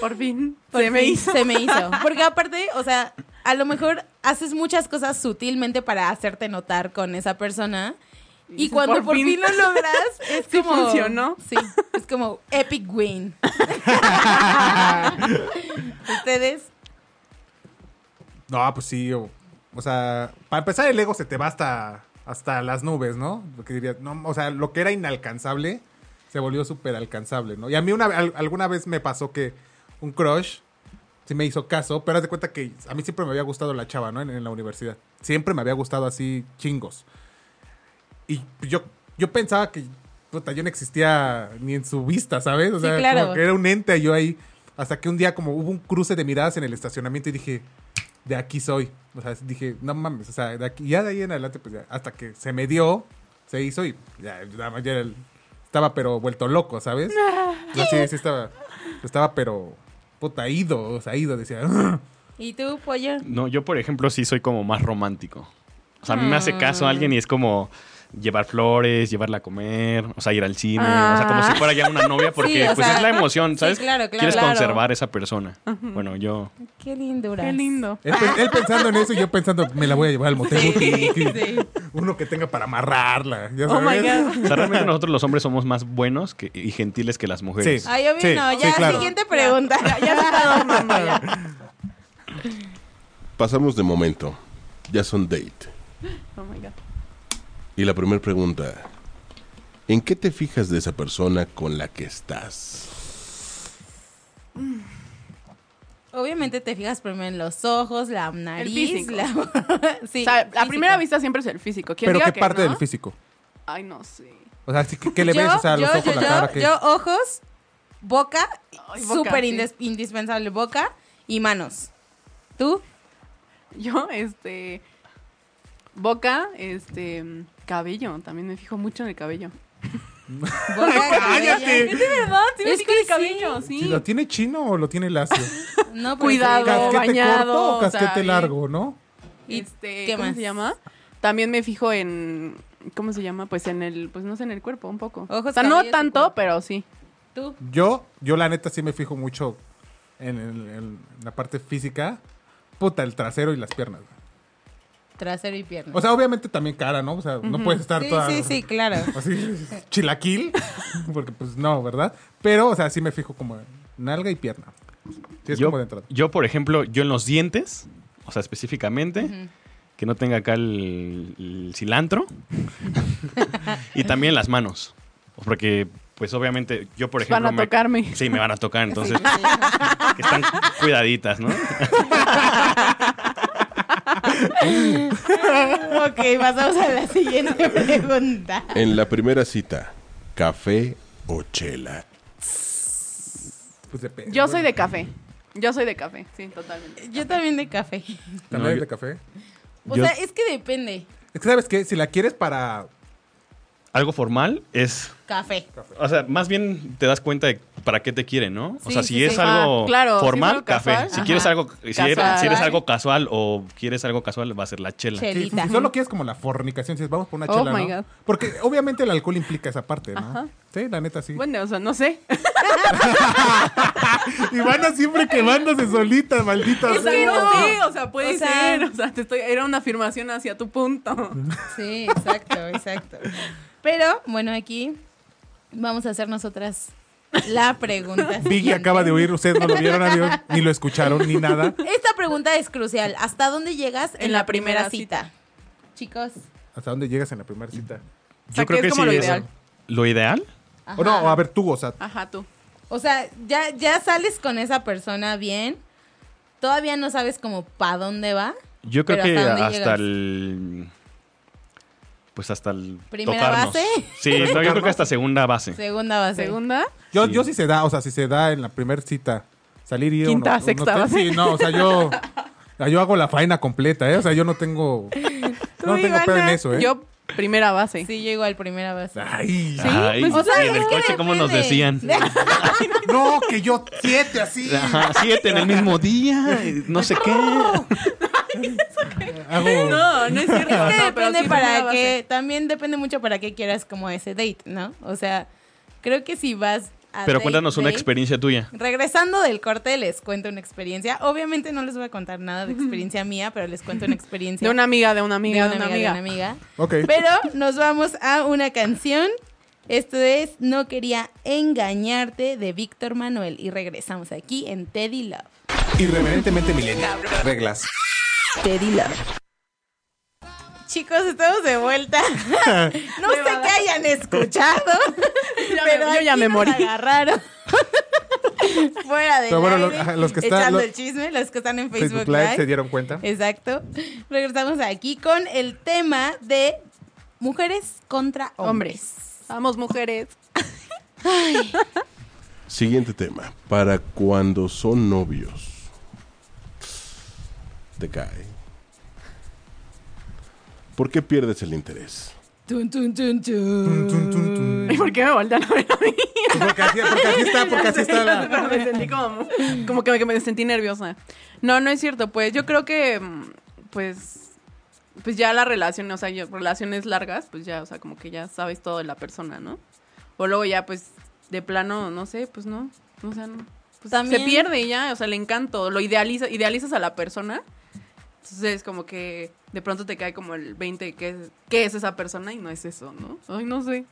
Speaker 3: Por fin.
Speaker 1: Por
Speaker 3: se me
Speaker 1: fin
Speaker 3: hizo.
Speaker 1: Se me hizo. Porque aparte, o sea, a lo mejor haces muchas cosas sutilmente para hacerte notar con esa persona. Y,
Speaker 3: Y
Speaker 1: cuando
Speaker 3: por
Speaker 1: por fin.
Speaker 3: fin.
Speaker 1: lo logras, es
Speaker 3: Sí
Speaker 1: como.
Speaker 3: funcionó.
Speaker 1: Sí, es como epic win. Ustedes.
Speaker 4: No, pues sí, o, o sea, para empezar el ego se te va hasta, hasta las nubes, ¿no? Lo que diría, no, o sea, lo que era inalcanzable se volvió súper alcanzable, ¿no? Y a mí una, al- alguna vez me pasó que un crush sí me hizo caso, pero haz de cuenta que a mí siempre me había gustado la chava, ¿no? En, en la universidad. Siempre me había gustado así chingos. Y yo, yo pensaba que, puta, yo no existía ni en su vista, ¿sabes? O
Speaker 1: Sí,
Speaker 4: sea,
Speaker 1: claro.
Speaker 4: como que era un ente yo ahí. Hasta que un día como hubo un cruce de miradas en el estacionamiento y dije, de aquí soy. O sea, dije, no mames, o sea, de aquí, ya de ahí en adelante, pues ya, hasta que se me dio, se hizo y ya, nada más ya era el- estaba pero vuelto loco, ¿sabes? No, sí, sí estaba, estaba pero, puta, ido, o sea, ido, decía, "Ugh".
Speaker 1: ¿Y tú, pollo?
Speaker 5: No, yo por ejemplo sí soy como más romántico. O sea, a mí me hace caso
Speaker 1: Ah.
Speaker 5: alguien y es como llevar flores, llevarla a comer, o sea, ir al cine, o sea, como si fuera ya una novia porque
Speaker 1: Ah. Sí, o
Speaker 5: pues
Speaker 1: sea,
Speaker 5: es la emoción,
Speaker 1: sí,
Speaker 5: ¿sabes?
Speaker 1: claro, claro.
Speaker 5: Quieres
Speaker 1: Claro.
Speaker 5: conservar esa persona. Bueno, yo
Speaker 1: Qué lindura.
Speaker 3: Qué lindo.
Speaker 4: él, pe- él pensando en eso y yo pensando, me la voy a llevar al motel Guti,
Speaker 1: sí.
Speaker 4: uno que tenga para amarrarla, ya
Speaker 3: Oh my
Speaker 4: sabes.
Speaker 3: God.
Speaker 5: o sea, realmente nosotros los hombres somos más bunos que- y gentiles que las mujeres.
Speaker 4: Sí.
Speaker 1: Ay, obvio
Speaker 4: Sí,
Speaker 1: no.
Speaker 4: sí,
Speaker 1: Ya,
Speaker 4: claro.
Speaker 1: siguiente pregunta.
Speaker 3: Ya se está adornando ya.
Speaker 7: Pasamos de momento. Ya son date.
Speaker 3: Oh my God.
Speaker 7: Y la primera pregunta. ¿En qué te fijas de esa persona con la que estás?
Speaker 1: Obviamente te fijas primero en los ojos, la nariz,
Speaker 3: físico.
Speaker 1: la. sí,
Speaker 3: o sea, la
Speaker 1: físico.
Speaker 3: primera vista siempre es el físico. ¿Quién
Speaker 4: Pero
Speaker 3: diga
Speaker 4: qué
Speaker 3: que
Speaker 4: parte
Speaker 3: no?
Speaker 4: del físico.
Speaker 3: Ay, no sé.
Speaker 4: O sea, sí, ¿qué, qué le ves? O sea, los ojos, la
Speaker 1: yo-
Speaker 4: cara, ¿qué?
Speaker 1: yo ojos, boca,
Speaker 3: Ay, boca,
Speaker 1: súper
Speaker 3: sí.
Speaker 1: indes- indispensable boca y manos. ¿Tú?
Speaker 3: Yo, este. Boca, este. mm, Cabello. También me fijo mucho en el cabello.
Speaker 1: Boca,
Speaker 4: ¡Cállate!
Speaker 1: cabello.
Speaker 3: de verdad,
Speaker 1: sí
Speaker 3: sí
Speaker 1: me fijo
Speaker 3: me
Speaker 1: en
Speaker 3: fijo en
Speaker 1: el
Speaker 3: el
Speaker 1: cabello,
Speaker 3: cabello,
Speaker 4: Si
Speaker 3: sí.
Speaker 4: ¿Lo tiene chino o lo tiene lacio?
Speaker 1: No, pero
Speaker 3: Cuidado.
Speaker 1: te digo,
Speaker 4: ¿Casquete corto
Speaker 3: bañado,
Speaker 4: o
Speaker 3: o
Speaker 4: casquete
Speaker 3: sea,
Speaker 4: largo, no?
Speaker 1: ¿Y
Speaker 3: Este,
Speaker 1: qué
Speaker 3: ¿Cómo
Speaker 1: más?
Speaker 3: se llama? También me fijo en. ¿Cómo se llama? Pues en el. Pues no sé, en el cuerpo, un poco.
Speaker 1: Ojos,
Speaker 3: o sea, no
Speaker 1: cabellos y cuerpo.
Speaker 3: tanto, pero sí.
Speaker 1: ¿Tú?
Speaker 4: Yo, yo la neta sí me fijo mucho en, el- en la parte física. Puta, el trasero y las piernas. güey.
Speaker 1: Trasero y pierna.
Speaker 4: O sea, obviamente también cara, ¿no? O sea, no ah. puedes estar
Speaker 1: sí,
Speaker 4: toda
Speaker 1: sí, sí, claro.
Speaker 4: así chilaquil, porque pues no, ¿verdad? Pero, o sea, sí me fijo como en nalga y pierna. Sí, es
Speaker 5: yo,
Speaker 4: como de entrada.
Speaker 5: yo, por ejemplo, yo en los dientes, o sea, específicamente, que no tenga acá el, el cilantro. y también las manos. Porque, pues obviamente, yo, por
Speaker 3: Van
Speaker 5: ejemplo.
Speaker 3: a
Speaker 5: me-
Speaker 3: tocarme.
Speaker 5: Sí, me van a tocar, entonces. que están cuidaditas, ¿no?
Speaker 1: ok, pasamos a la siguiente pregunta.
Speaker 7: En la primera cita, ¿café o chela?
Speaker 4: Pues depende.
Speaker 3: Yo soy de café. Yo soy de café, sí, totalmente.
Speaker 1: Yo también de café.
Speaker 4: ¿También
Speaker 5: No,
Speaker 4: eres
Speaker 5: yo-
Speaker 4: de café?
Speaker 1: O
Speaker 5: Yo-
Speaker 1: sea, es que depende.
Speaker 4: Es que, ¿sabes qué? Si la quieres para...
Speaker 5: Algo formal es.
Speaker 1: Café.
Speaker 5: O sea, más bien te das cuenta de para qué te quieren, ¿no?
Speaker 1: Sí,
Speaker 5: o sea,
Speaker 1: sí,
Speaker 5: si
Speaker 1: sí.
Speaker 5: es algo
Speaker 3: Ah, claro, si
Speaker 5: formal,
Speaker 3: es algo
Speaker 5: café.
Speaker 3: casual,
Speaker 5: Si
Speaker 3: ajá.
Speaker 5: quieres algo, si eres,
Speaker 3: Casual.
Speaker 5: si eres algo casual o quieres algo casual, va a ser la chela.
Speaker 1: Chela.
Speaker 4: Si,
Speaker 1: Chelita.
Speaker 4: si solo quieres como la fornicación, si es, vamos por una
Speaker 3: Oh
Speaker 4: chela,
Speaker 3: my
Speaker 4: ¿no?
Speaker 3: God.
Speaker 4: Porque obviamente el alcohol implica esa parte, ¿no? Sí, la neta sí.
Speaker 3: Bueno, o sea, no sé.
Speaker 4: Ivana siempre quemándose solita, maldita
Speaker 3: O sea,
Speaker 4: sea.
Speaker 3: no sé, o sea, puede
Speaker 1: O sea-
Speaker 3: ser. O sea, te estoy, era una afirmación hacia tu punto.
Speaker 1: Sí, exacto, exacto. Pero bueno, aquí vamos a hacer nosotras la pregunta.
Speaker 4: Vicky acaba de oír, ustedes no lo vieron, amigos, ni lo escucharon, ni nada.
Speaker 1: Esta pregunta es crucial. ¿Hasta dónde llegas en, la primera, cita? Chicos,
Speaker 4: ¿Hasta dónde llegas en la primera cita?
Speaker 3: O sea, que es como lo ideal.
Speaker 5: ¿Lo ideal?
Speaker 4: O no, a ver tú, o sea,
Speaker 3: Ajá, tú.
Speaker 1: O sea, ya, ya sales con esa persona bien. Todavía no sabes como para dónde va.
Speaker 5: Yo creo
Speaker 1: Pero
Speaker 5: que
Speaker 1: ¿hasta dónde
Speaker 5: hasta,
Speaker 1: llegas?
Speaker 5: el. Pues hasta el.
Speaker 1: ¿Primera
Speaker 5: tocarnos.
Speaker 1: base?
Speaker 5: Sí, no, yo creo que hasta segunda base.
Speaker 1: Segunda base.
Speaker 3: Segunda.
Speaker 4: yo,
Speaker 5: Sí.
Speaker 4: yo sí se da, o sea, si se da en la primera cita, salir y ir a
Speaker 3: Quinta,
Speaker 4: un- un
Speaker 3: sexta
Speaker 4: hotel,
Speaker 3: base.
Speaker 4: Sí, no, o sea, yo, yo hago la faena completa, ¿eh? O sea, yo no tengo, no tengo pedo en eso, ¿eh?
Speaker 3: Yo, primera base.
Speaker 1: Sí, yo igual, primera base.
Speaker 4: Ay,
Speaker 5: Ay,
Speaker 3: pues,
Speaker 5: sí,
Speaker 1: O sea, es
Speaker 5: en Ah, el
Speaker 1: que
Speaker 5: coche, ¿cómo nos
Speaker 1: depende.
Speaker 5: decían?
Speaker 4: no, que yo siete así.
Speaker 5: Ajá, siete en el mismo día, eh, no sé qué.
Speaker 4: Hago-
Speaker 3: No, no es cierto.
Speaker 1: Es que
Speaker 3: No, pero
Speaker 1: depende
Speaker 3: sí, primera
Speaker 1: para
Speaker 3: base.
Speaker 1: qué, también depende mucho para qué quieras como ese date, ¿no? O sea, creo que si vas a
Speaker 5: Pero
Speaker 1: date,
Speaker 5: cuéntanos una
Speaker 1: date,
Speaker 5: experiencia tuya.
Speaker 1: Regresando del corte les cuento una experiencia. Obviamente no les voy a contar nada de experiencia mía, pero les cuento una experiencia
Speaker 3: De una amiga, de una
Speaker 1: de
Speaker 3: amiga, de una,
Speaker 1: de
Speaker 3: amiga.
Speaker 1: una amiga.
Speaker 4: Ok.
Speaker 1: Pero nos vamos a una canción. Esto es No quería engañarte de Víctor Manuel y regresamos aquí en Teddy Love.
Speaker 8: Irreverentemente milenial. Reglas.
Speaker 9: Teddy Love.
Speaker 1: Chicos, estamos de vuelta. No sé qué hayan escuchado,
Speaker 3: Ya me-
Speaker 1: pero
Speaker 3: yo ya
Speaker 1: aquí
Speaker 3: me
Speaker 1: nos
Speaker 3: morí.
Speaker 1: agarraron. Fuera de
Speaker 4: Pero bueno, lo- ajá,
Speaker 1: aire,
Speaker 4: los que están-
Speaker 1: echando
Speaker 4: los-
Speaker 1: el chisme, los que están en
Speaker 4: Facebook,
Speaker 1: Facebook,
Speaker 4: Live,
Speaker 1: Live. Eh.
Speaker 4: se dieron cuenta.
Speaker 1: Exacto. Regresamos aquí con el tema de mujeres contra hombres.
Speaker 3: Hombres. Vamos, mujeres.
Speaker 7: Siguiente tema. Para cuando son novios. Te cae. ¿Por qué pierdes el interés?
Speaker 1: Tun, tun, tun, tun.
Speaker 4: Tun, tun, tun, tun.
Speaker 3: ¿Y por qué me voltean a ver a mí?
Speaker 4: Pues Porque así, porque así está, porque así está la...
Speaker 3: Pero me sentí como, como que me, que me sentí nerviosa. No, no es cierto. Pues yo creo que, mm, pues, pues ya la relación, o sea, yo- relaciones largas, pues ya, o sea, como que ya sabes todo de la persona, ¿no? O luego ya, pues, de plano, no sé, pues no, o sea, no. Pues
Speaker 1: También-
Speaker 3: se pierde ya, o sea, el encanto, lo idealiza, idealizas a la persona. Entonces, como que de pronto te cae como el 20 de qué es, qué es esa persona y no es eso, ¿no? Ay, no sé.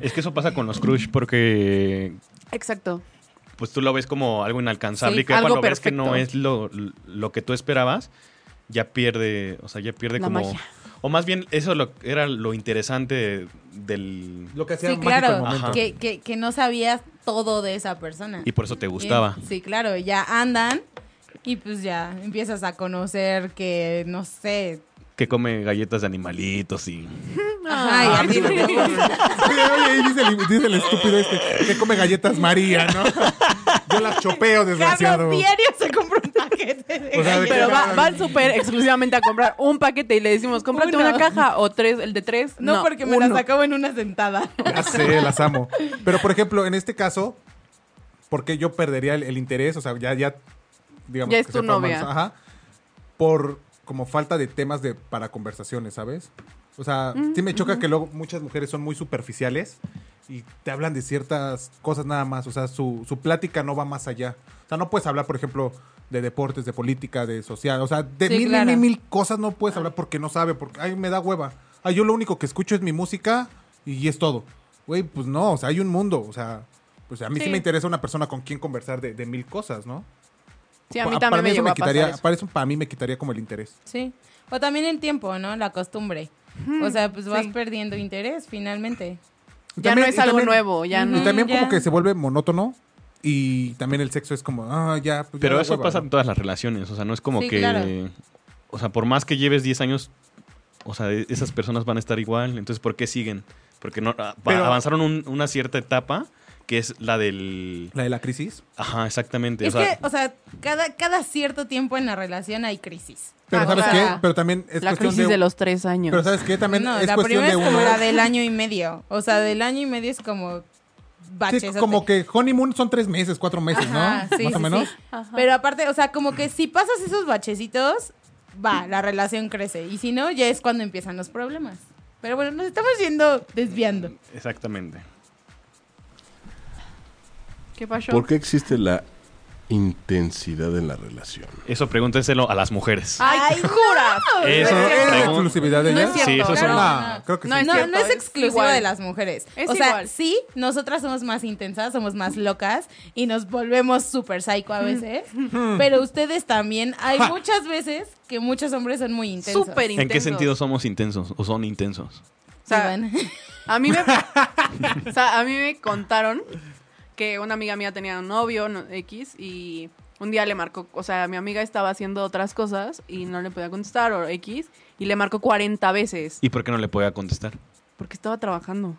Speaker 5: Es que eso pasa con los crush porque
Speaker 3: Exacto.
Speaker 5: pues tú lo ves como algo inalcanzable
Speaker 3: Sí,
Speaker 5: y que
Speaker 3: algo
Speaker 5: cuando ves que
Speaker 3: perfecto.
Speaker 5: no es lo, lo que tú esperabas, ya pierde, o sea, ya pierde
Speaker 3: La
Speaker 5: como...
Speaker 3: magia.
Speaker 5: O más bien, eso lo- era lo interesante del...
Speaker 4: Lo que hacía
Speaker 1: Sí,
Speaker 4: mágico el
Speaker 1: claro,
Speaker 4: momento.
Speaker 1: que, que, que no sabías todo de esa persona.
Speaker 5: Y por eso te gustaba.
Speaker 1: Eh, Sí, claro, ya andan y pues ya empiezas a conocer que, no sé.
Speaker 5: Que come galletas de animalitos y...
Speaker 1: Ay,
Speaker 4: Ah,
Speaker 1: así-
Speaker 4: sí, oye, oye, dice el, dice el estúpido este que come galletas María, ¿no? Yo las chopeo, desgraciado.
Speaker 1: Carlos diario se compra un paquete de
Speaker 4: O sea,
Speaker 1: galletas.
Speaker 4: de-
Speaker 3: Pero va, va al súper exclusivamente a comprar un paquete y le decimos, cómprate
Speaker 1: Uno.
Speaker 3: una caja o tres, el de tres.
Speaker 1: No, porque me las
Speaker 3: uno.
Speaker 1: acabo en una sentada.
Speaker 4: Ya sé, las amo. Pero, por ejemplo, en este caso, ¿por qué yo perdería el, el interés? O sea, ya, ya, digamos.
Speaker 3: Ya es
Speaker 4: que
Speaker 3: tu
Speaker 4: sepa más,
Speaker 3: novia.
Speaker 4: Ajá. Por como falta de temas de, para conversaciones, ¿sabes? O sea,
Speaker 3: Mm,
Speaker 4: sí me choca que luego muchas mujeres son muy superficiales y te hablan de ciertas cosas nada más. O sea, su, su plática no va más allá. O sea, no puedes hablar, por ejemplo, de deportes, de política, de social. O sea, de
Speaker 1: Sí,
Speaker 4: mil, mil,
Speaker 1: claro.
Speaker 4: mil, mil cosas no puedes hablar porque no sabe, porque ay, me da hueva. Ay, yo lo único que escucho es mi música y es todo. Güey, pues no, o sea, hay un mundo, o sea, pues a mí sí,
Speaker 3: Sí.
Speaker 4: me interesa una persona con quien conversar de, de mil cosas, ¿no?
Speaker 3: Sí, a
Speaker 4: Pa-
Speaker 3: mí
Speaker 4: para
Speaker 3: también me
Speaker 4: eso
Speaker 3: llegó a pasar
Speaker 4: quitaría,
Speaker 3: eso.
Speaker 4: Para eso para mí me quitaría como el interés.
Speaker 1: Sí. O también el tiempo, ¿no? La costumbre. O sea, pues vas
Speaker 3: sí.
Speaker 1: perdiendo interés finalmente.
Speaker 4: Y
Speaker 3: Ya no
Speaker 4: también-
Speaker 3: es
Speaker 4: y
Speaker 3: algo
Speaker 4: también-
Speaker 3: nuevo, ya no.
Speaker 4: Y también
Speaker 1: ya.
Speaker 4: como que se vuelve monótono y también el sexo es como, ah, ya. pues, ya
Speaker 5: Pero
Speaker 4: da
Speaker 5: eso
Speaker 4: hueva,
Speaker 5: pasa
Speaker 4: ¿no?
Speaker 5: en todas las relaciones, o sea, no es como
Speaker 1: Sí,
Speaker 5: que...
Speaker 1: claro.
Speaker 5: O sea, por más que lleves 10 años, o sea, e- esas personas van a estar igual, entonces ¿por qué siguen? Porque no, a-
Speaker 4: Pero-
Speaker 5: avanzaron un- una cierta etapa que es la del...
Speaker 4: La de la crisis.
Speaker 5: Ajá, exactamente.
Speaker 1: es
Speaker 5: o sea,
Speaker 1: que, o sea, cada, cada cierto tiempo en la relación hay crisis.
Speaker 4: Pero
Speaker 3: Ah,
Speaker 4: ¿sabes
Speaker 3: o sea,
Speaker 4: qué? Pero también es
Speaker 3: La
Speaker 4: cuestión
Speaker 3: crisis de,
Speaker 4: de
Speaker 3: los tres años.
Speaker 4: Pero ¿sabes qué? También
Speaker 1: no,
Speaker 4: es
Speaker 1: la
Speaker 4: cuestión
Speaker 1: primera
Speaker 4: de
Speaker 1: es como
Speaker 4: uno.
Speaker 1: la del año y medio. O sea, del año y medio es como
Speaker 4: Sí,
Speaker 1: baches.
Speaker 4: como que honeymoon son tres meses, cuatro meses, ¿no? Más o menos.
Speaker 1: Pero aparte, o sea, como que si pasas esos bachecitos, va, la relación crece. Y si no, ya es cuando empiezan los problemas. Pero bueno, nos estamos yendo desviando.
Speaker 5: Exactamente.
Speaker 3: ¿Qué pasó?
Speaker 7: ¿Por qué existe la intensidad en la relación?
Speaker 5: Eso pregúntenselo a las mujeres.
Speaker 1: Ah,
Speaker 3: ¡Ay, jura!
Speaker 5: Eso
Speaker 3: No es
Speaker 4: ¿Es
Speaker 3: cierto.
Speaker 4: la
Speaker 5: pregun-
Speaker 4: exclusividad de
Speaker 3: No
Speaker 4: ella?
Speaker 3: es cierto.
Speaker 5: Sí, eso es
Speaker 3: claro.
Speaker 4: No, creo que
Speaker 3: No
Speaker 4: sí.
Speaker 3: es
Speaker 1: No,
Speaker 3: cierto,
Speaker 1: no es
Speaker 3: es
Speaker 1: exclusivo
Speaker 3: igual.
Speaker 1: de las mujeres.
Speaker 3: Es
Speaker 1: o sea,
Speaker 3: igual.
Speaker 1: sí, nosotras somos más intensas, somos más locas y nos volvemos súper psycho a veces. pero ustedes también. Hay muchas veces que muchos hombres son muy intensos.
Speaker 3: Súper intenso.
Speaker 5: ¿En qué sentido somos intensos o son intensos?
Speaker 3: O sea,
Speaker 1: Iván.
Speaker 3: A mí me, o sea, a mí me contaron que una amiga mía tenía un novio no- X y un día le marcó, o sea, mi amiga estaba haciendo otras cosas y no le podía contestar o X y le marcó 40 veces
Speaker 5: ¿Y por qué no le podía contestar?
Speaker 3: porque estaba trabajando.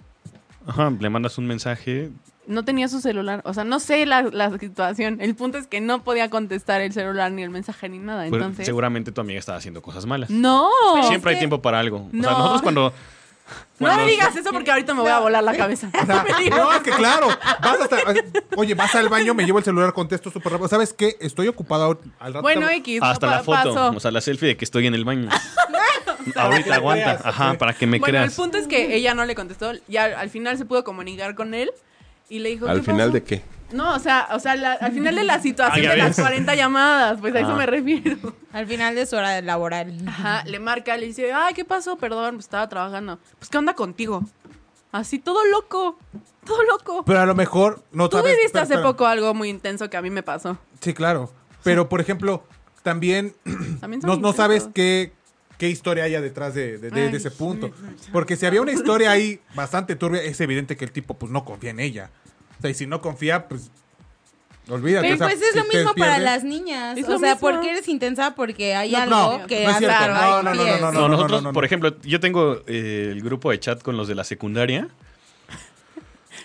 Speaker 5: Ajá, le mandas un mensaje.
Speaker 3: No tenía su celular, o sea, no sé la, la situación. El punto es que no podía contestar el celular ni el mensaje ni nada,
Speaker 5: pues,
Speaker 3: entonces.
Speaker 5: seguramente tu amiga estaba haciendo cosas malas.
Speaker 3: No.
Speaker 5: Siempre hay tiempo para algo. O sea,
Speaker 3: No.
Speaker 5: nosotros cuando.
Speaker 3: No me digas eso porque ahorita me voy a volar la cabeza.
Speaker 4: O sea, no, es que claro, vas hasta, oye, vas al baño, me llevo el celular, contesto súper rápido. ¿Sabes qué? Estoy ocupado ahor- al rato.
Speaker 3: Bueno, X,
Speaker 5: Hasta
Speaker 3: no,
Speaker 5: la
Speaker 3: pa-
Speaker 5: foto,
Speaker 3: pasó.
Speaker 5: o sea, la selfie de que estoy en el baño. Ahorita aguanta,
Speaker 4: creas,
Speaker 5: ajá, para que me
Speaker 3: bueno,
Speaker 5: creas.
Speaker 3: el punto es que ella no le contestó. Ya al final se pudo comunicar con él y le dijo.
Speaker 7: ¿Al
Speaker 3: "¿Qué
Speaker 7: final
Speaker 3: pasó?".
Speaker 7: de qué?
Speaker 3: No, o sea, o sea la- al final de la situación
Speaker 5: Ah, ya
Speaker 3: de las
Speaker 5: ves.
Speaker 3: 40 llamadas, pues a eso
Speaker 5: Ah.
Speaker 3: me refiero.
Speaker 1: Al final de su hora laboral.
Speaker 3: Ajá, le marca, le dice, ay, ¿qué pasó? Perdón, pues estaba trabajando. Pues, ¿qué onda contigo? Así todo loco, todo loco.
Speaker 4: Pero a lo mejor no
Speaker 3: Tú
Speaker 4: sabes-
Speaker 3: viviste
Speaker 4: pero,
Speaker 3: hace
Speaker 4: pero-
Speaker 3: poco algo muy intenso que a mí me pasó.
Speaker 4: Sí, claro. Pero, por ejemplo, también
Speaker 3: También son
Speaker 4: no, no
Speaker 3: intensos.
Speaker 4: sabes qué, qué historia haya detrás de, de- de- de ese
Speaker 3: Ay,
Speaker 4: punto. Porque si había una historia ahí bastante turbia, es evidente que el tipo pues no confía en ella. O sea, y si no confía, pues olvídate.
Speaker 1: Pero
Speaker 4: o sea,
Speaker 1: pues es
Speaker 4: si
Speaker 1: lo
Speaker 4: te
Speaker 1: mismo para
Speaker 4: pierdes-
Speaker 1: las niñas.
Speaker 3: Es
Speaker 1: o
Speaker 3: lo
Speaker 1: sea,
Speaker 3: mismo.
Speaker 1: porque eres intensa porque hay
Speaker 4: No,
Speaker 1: algo
Speaker 4: no,
Speaker 1: que
Speaker 4: no es cierto.
Speaker 1: claro,
Speaker 4: No,
Speaker 1: hay
Speaker 4: no, no,
Speaker 1: pies.
Speaker 4: no,
Speaker 5: No, nosotros,
Speaker 4: no, no, no.
Speaker 5: por ejemplo, yo tengo eh, el grupo de chat con los de la secundaria.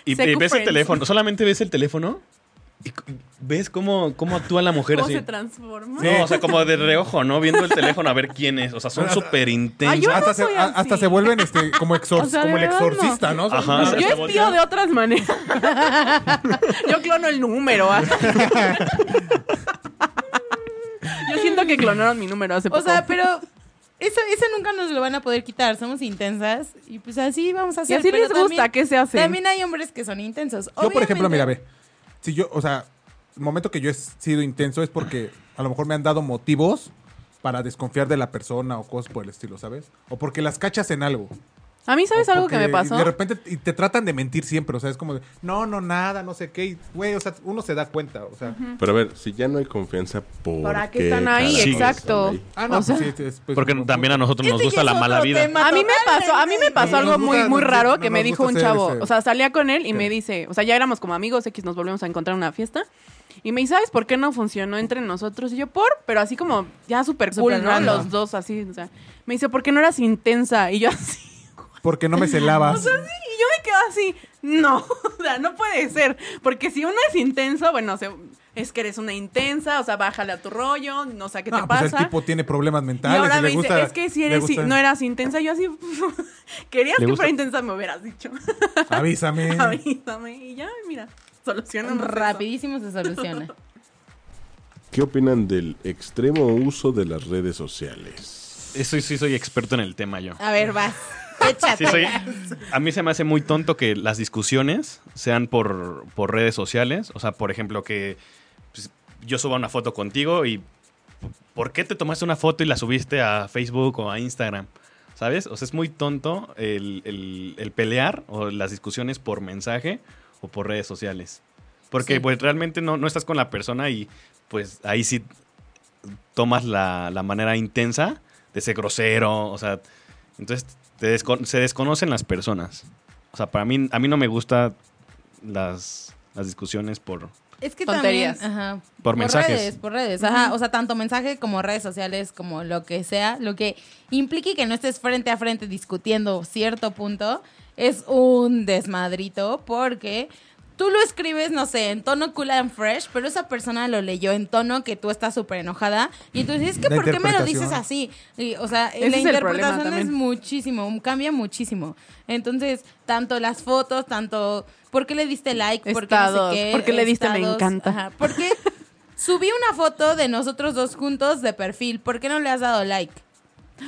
Speaker 5: Y
Speaker 3: Secu
Speaker 5: eh, ves el
Speaker 3: friends.
Speaker 5: teléfono, solamente ves el teléfono y c- ves cómo, cómo actúa la mujer
Speaker 3: ¿Cómo
Speaker 5: así.
Speaker 3: se transforma?
Speaker 4: Sí.
Speaker 5: No, o sea, como de reojo, ¿no? Viendo el teléfono a ver quién es. O sea, son súper
Speaker 3: Ay, yo-
Speaker 5: intensos.
Speaker 4: Hasta,
Speaker 3: no
Speaker 4: se,
Speaker 3: soy
Speaker 4: a-
Speaker 3: así.
Speaker 4: hasta se vuelven este, como, exor-
Speaker 3: O sea,
Speaker 4: como
Speaker 3: de
Speaker 4: el
Speaker 3: verdad no.
Speaker 4: exorcista, ¿no?
Speaker 5: Ajá.
Speaker 4: O
Speaker 3: Yo
Speaker 5: Hasta
Speaker 4: sea,
Speaker 3: espío
Speaker 5: voltean.
Speaker 3: de otras maneras. Yo clono el número. ah. Yo siento que clonaron mi número hace poco.
Speaker 1: O sea, pero eso, eso nunca nos lo van a poder quitar. Somos intensas y pues así vamos a
Speaker 3: y
Speaker 1: ser.
Speaker 3: así
Speaker 1: pero
Speaker 3: les gusta,
Speaker 1: también-
Speaker 3: ¿qué se hace?
Speaker 1: También hay hombres que son intensos.
Speaker 4: Yo, por ejemplo,
Speaker 1: Obviamente-
Speaker 4: mira, ve. Si yo, o sea, el momento que yo he sido intenso es porque a lo mejor me han dado motivos para desconfiar de la persona o cosas por el estilo, ¿sabes? O porque las cachas en algo.
Speaker 3: A mí, ¿sabes
Speaker 4: O
Speaker 3: algo que
Speaker 4: porque
Speaker 3: me pasó?
Speaker 4: De repente y te tratan de mentir siempre, o sea, es como de, no, no, nada, no sé qué. y, Güey, o sea, uno se da cuenta, o sea.
Speaker 7: Pero a ver, si ya no hay confianza, ¿por
Speaker 3: Mm. ¿Para qué están ahí?
Speaker 7: carajos
Speaker 3: Exacto.
Speaker 7: están ahí?
Speaker 4: Ah, no,
Speaker 3: O sea,
Speaker 4: pues sí, es- es- pues,
Speaker 5: Porque
Speaker 4: un-
Speaker 5: también a nosotros nos
Speaker 1: Este
Speaker 5: gusta
Speaker 1: que
Speaker 5: la
Speaker 1: es
Speaker 5: mala
Speaker 1: otro
Speaker 5: vida.
Speaker 1: tema
Speaker 3: A mí me pasó, a mí me pasó
Speaker 4: Nos
Speaker 3: algo muy,
Speaker 4: gusta-
Speaker 3: muy raro que
Speaker 4: nos
Speaker 3: me
Speaker 4: gusta
Speaker 3: dijo un
Speaker 4: hacer
Speaker 3: chavo.
Speaker 4: ese-
Speaker 3: O sea, salía con él y
Speaker 4: Sí.
Speaker 3: me dice, o sea, ya éramos como amigos, X, nos volvemos a encontrar en una fiesta. Y me dice, ¿sabes por qué no funcionó entre nosotros? Y yo, ¿por? Pero así como, ya súper cool,
Speaker 1: Súper
Speaker 3: ¿no?
Speaker 1: random.
Speaker 3: Los dos así, o sea. Me dice, ¿por qué no eras intensa? Y yo así.
Speaker 4: Porque no me celabas.
Speaker 3: Y yo me quedo así, no, o sea, no puede ser. Porque si uno es intenso, bueno, o sea, es que eres una intensa, o sea, bájale a tu rollo, no sé qué
Speaker 4: no,
Speaker 3: te
Speaker 4: pues
Speaker 3: pasa.
Speaker 4: el tipo tiene problemas
Speaker 3: y
Speaker 4: mentales.
Speaker 3: ahora
Speaker 4: y
Speaker 3: me
Speaker 4: le
Speaker 3: dice,
Speaker 4: gusta,
Speaker 3: es que si
Speaker 4: le
Speaker 3: eres,
Speaker 4: gusta-
Speaker 3: no eras intensa, yo así, querías
Speaker 5: Le
Speaker 3: que
Speaker 5: gusta-
Speaker 3: fuera intensa, me hubieras dicho.
Speaker 4: Avísame.
Speaker 3: Avísame y ya, mira, solucionan
Speaker 1: Rapidísimo se soluciona.
Speaker 7: ¿Qué opinan del extremo uso de las redes sociales?
Speaker 5: Eso sí soy experto en el tema yo.
Speaker 1: A ver, vas. Échate.
Speaker 5: Sí, soy- a mí se me hace muy tonto que las discusiones sean por, por redes sociales. O sea, por ejemplo, que pues, yo suba una foto contigo y ¿por qué te tomaste una foto y la subiste a Facebook o a Instagram? ¿Sabes? O sea, es muy tonto el, el- el pelear o las discusiones por mensaje o por redes sociales. Porque
Speaker 1: Sí.
Speaker 5: pues realmente no, no estás con la persona y pues ahí sí tomas la, la manera intensa de ser grosero, o sea, entonces te descon- se desconocen las personas. O sea, para mí, a mí no me gustan las, las discusiones por...
Speaker 1: Es que
Speaker 3: Tonterías.
Speaker 1: también, ajá,
Speaker 5: Por mensajes.
Speaker 1: redes, por redes, ajá, o sea, tanto mensaje como redes sociales, como lo que sea, lo que implique que no estés frente a frente discutiendo cierto punto, es un desmadrito porque tú lo escribes, no sé, en tono cool and fresh, pero esa persona lo leyó en tono que tú estás súper enojada y tú dices, ¿qué
Speaker 4: La
Speaker 1: por qué me lo
Speaker 4: interpretación.
Speaker 1: dices así? Y, o sea,
Speaker 3: Ese
Speaker 1: la
Speaker 3: es el problema
Speaker 1: interpretación es
Speaker 3: también.
Speaker 1: muchísimo, cambia muchísimo. Entonces, tanto las fotos, tanto por qué le diste like, por qué no
Speaker 3: Estados,
Speaker 1: sé qué,
Speaker 3: por qué le diste me encanta.
Speaker 1: porque subí una foto de nosotros dos juntos de perfil, ¿por qué no le has dado like?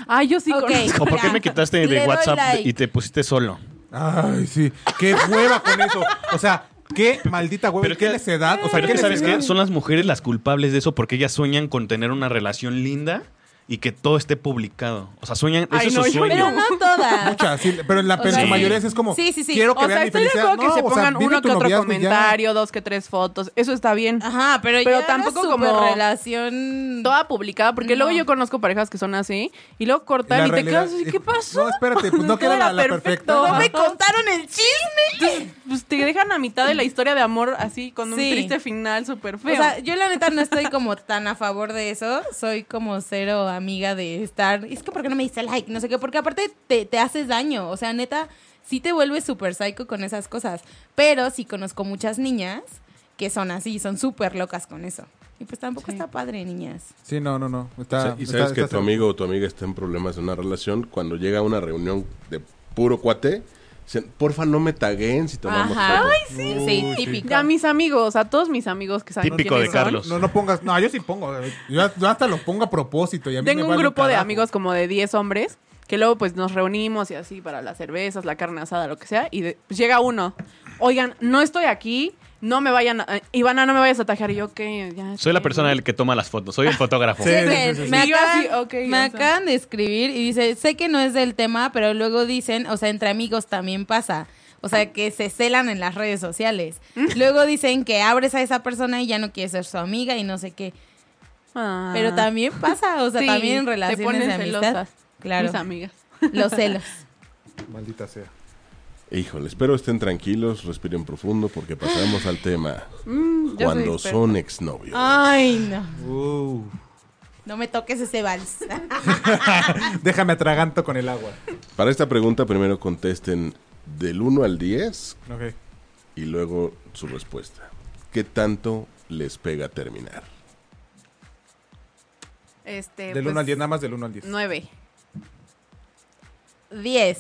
Speaker 3: Ay, yo sí
Speaker 1: Ok.
Speaker 3: conozco.
Speaker 5: ¿O por qué
Speaker 1: Ya.
Speaker 5: me quitaste
Speaker 1: Le
Speaker 5: de
Speaker 1: doy
Speaker 5: WhatsApp
Speaker 1: like.
Speaker 5: y te pusiste solo?
Speaker 4: Ay, sí. Qué hueva con eso. O sea, ¿Qué maldita hueva?
Speaker 5: Pero
Speaker 4: ¿Qué
Speaker 5: es que-
Speaker 4: necedad? O sea,
Speaker 5: Pero
Speaker 4: ¿qué
Speaker 5: Ah, es que, ¿sabes
Speaker 4: necedad?
Speaker 5: qué? Son las mujeres las culpables de eso porque ellas sueñan con tener una relación linda y que todo esté publicado. O sea, sueñan.
Speaker 3: Ay,
Speaker 5: eso
Speaker 3: no,
Speaker 5: es su
Speaker 3: yo
Speaker 5: sueño.
Speaker 1: Pero no todas.
Speaker 4: Muchas, sí, pero en la,
Speaker 1: O
Speaker 4: pero en
Speaker 5: sea,
Speaker 4: su mayoría
Speaker 5: sí.
Speaker 4: es como
Speaker 1: Sí, sí, sí.
Speaker 4: quiero
Speaker 3: O
Speaker 4: que vean
Speaker 3: sea,
Speaker 4: mi
Speaker 3: estoy de
Speaker 4: felicidad.
Speaker 3: acuerdo que
Speaker 4: No,
Speaker 3: se
Speaker 4: o sea,
Speaker 3: pongan
Speaker 4: vive
Speaker 3: uno
Speaker 4: tu
Speaker 3: que otro
Speaker 4: noviazgo y ya.
Speaker 3: comentario, dos que tres fotos. Eso está bien.
Speaker 1: Ajá, pero,
Speaker 3: Pero
Speaker 1: ya
Speaker 3: tampoco
Speaker 1: una
Speaker 3: como-
Speaker 1: superrelación.
Speaker 3: Toda publicada, porque
Speaker 1: No.
Speaker 3: luego yo conozco parejas que son así y luego cortan
Speaker 4: la
Speaker 3: y, te
Speaker 4: realidad-
Speaker 3: quedas así, ¿qué pasó?
Speaker 4: No, espérate, pues no
Speaker 3: Todo
Speaker 4: queda
Speaker 3: era
Speaker 4: la, la perfecta.
Speaker 3: perfecto.
Speaker 1: No
Speaker 4: Ajá.
Speaker 1: me contaron el chisme.
Speaker 3: Pues te dejan a mitad de la historia de amor así, con
Speaker 1: Sí.
Speaker 3: un triste final súper
Speaker 1: O
Speaker 3: feo.
Speaker 1: sea, yo la neta no estoy como tan a favor de eso. Soy como cero amiga de estar. Es que ¿por qué no me diste like? No sé qué, porque aparte te, te haces daño. O sea, neta, sí te vuelves súper psycho con esas cosas. Pero sí conozco muchas niñas que son así, son súper locas con eso. Y pues tampoco
Speaker 3: Sí.
Speaker 1: está padre, niñas.
Speaker 4: Sí, no, no, no.
Speaker 7: O
Speaker 4: Está,
Speaker 7: sea, y
Speaker 4: está-
Speaker 7: sabes que
Speaker 4: está-
Speaker 7: tu amigo o tu amiga está en problemas en una relación, cuando llega a una reunión de puro cuate, dicen, porfa no me taguen si tomamos
Speaker 1: Ajá.
Speaker 7: fotos".
Speaker 1: sí. Sí, típico.
Speaker 3: a mis amigos, a todos mis amigos que saben
Speaker 5: Típico de
Speaker 3: quiénes son.
Speaker 5: Carlos.
Speaker 4: No, no pongas. No, yo sí pongo. eh, Yo, yo hasta lo pongo a propósito. y a mí
Speaker 3: Tengo
Speaker 4: me
Speaker 3: un
Speaker 4: vale
Speaker 3: grupo de
Speaker 4: carajo.
Speaker 3: amigos como de 10 hombres que luego pues nos reunimos y así para las cervezas, la carne asada, lo que sea, y de- pues, llega uno. Oigan, no estoy aquí, no me vayan, a, eh, Ivana, no me vayas a atajar. Y yo, que ya.
Speaker 5: Soy la
Speaker 3: sé".
Speaker 5: persona del que toma las fotos. Soy el fotógrafo.
Speaker 4: Sí.
Speaker 1: Dicen,
Speaker 4: sí, sí.
Speaker 1: Me,
Speaker 3: Y yo
Speaker 1: acaban,
Speaker 3: así, ok,
Speaker 1: me
Speaker 3: o sea.
Speaker 1: acaban de escribir y dice, sé que no es del tema, pero luego dicen, o sea, entre amigos también pasa. O sea, que se celan en las redes sociales. Luego dicen que abres a esa persona y ya no quieres ser su amiga y no sé qué.
Speaker 3: Ah.
Speaker 1: Pero también pasa, o sea,
Speaker 3: Sí,
Speaker 1: también en
Speaker 3: se
Speaker 1: relaciones
Speaker 3: ponen
Speaker 1: de amistad.
Speaker 3: celosas,
Speaker 1: Claro,
Speaker 3: Mis amigas.
Speaker 1: los celos.
Speaker 4: Maldita sea.
Speaker 7: Híjole, espero estén tranquilos, respiren profundo porque pasamos al tema.
Speaker 3: Mm, yo soy
Speaker 7: Cuando
Speaker 3: experta. Ah.
Speaker 7: son exnovios.
Speaker 1: Ay, no.
Speaker 4: Uh.
Speaker 1: No me toques ese vals.
Speaker 4: Déjame atraganto con el agua.
Speaker 7: Para esta pregunta primero contesten del 1 al 10
Speaker 3: Eh,
Speaker 4: Ok.
Speaker 7: y luego su respuesta. ¿Qué tanto les pega terminar?
Speaker 3: Este,
Speaker 4: Del 1 al 10, nada más del 1 al 10.
Speaker 3: 9.
Speaker 1: 10.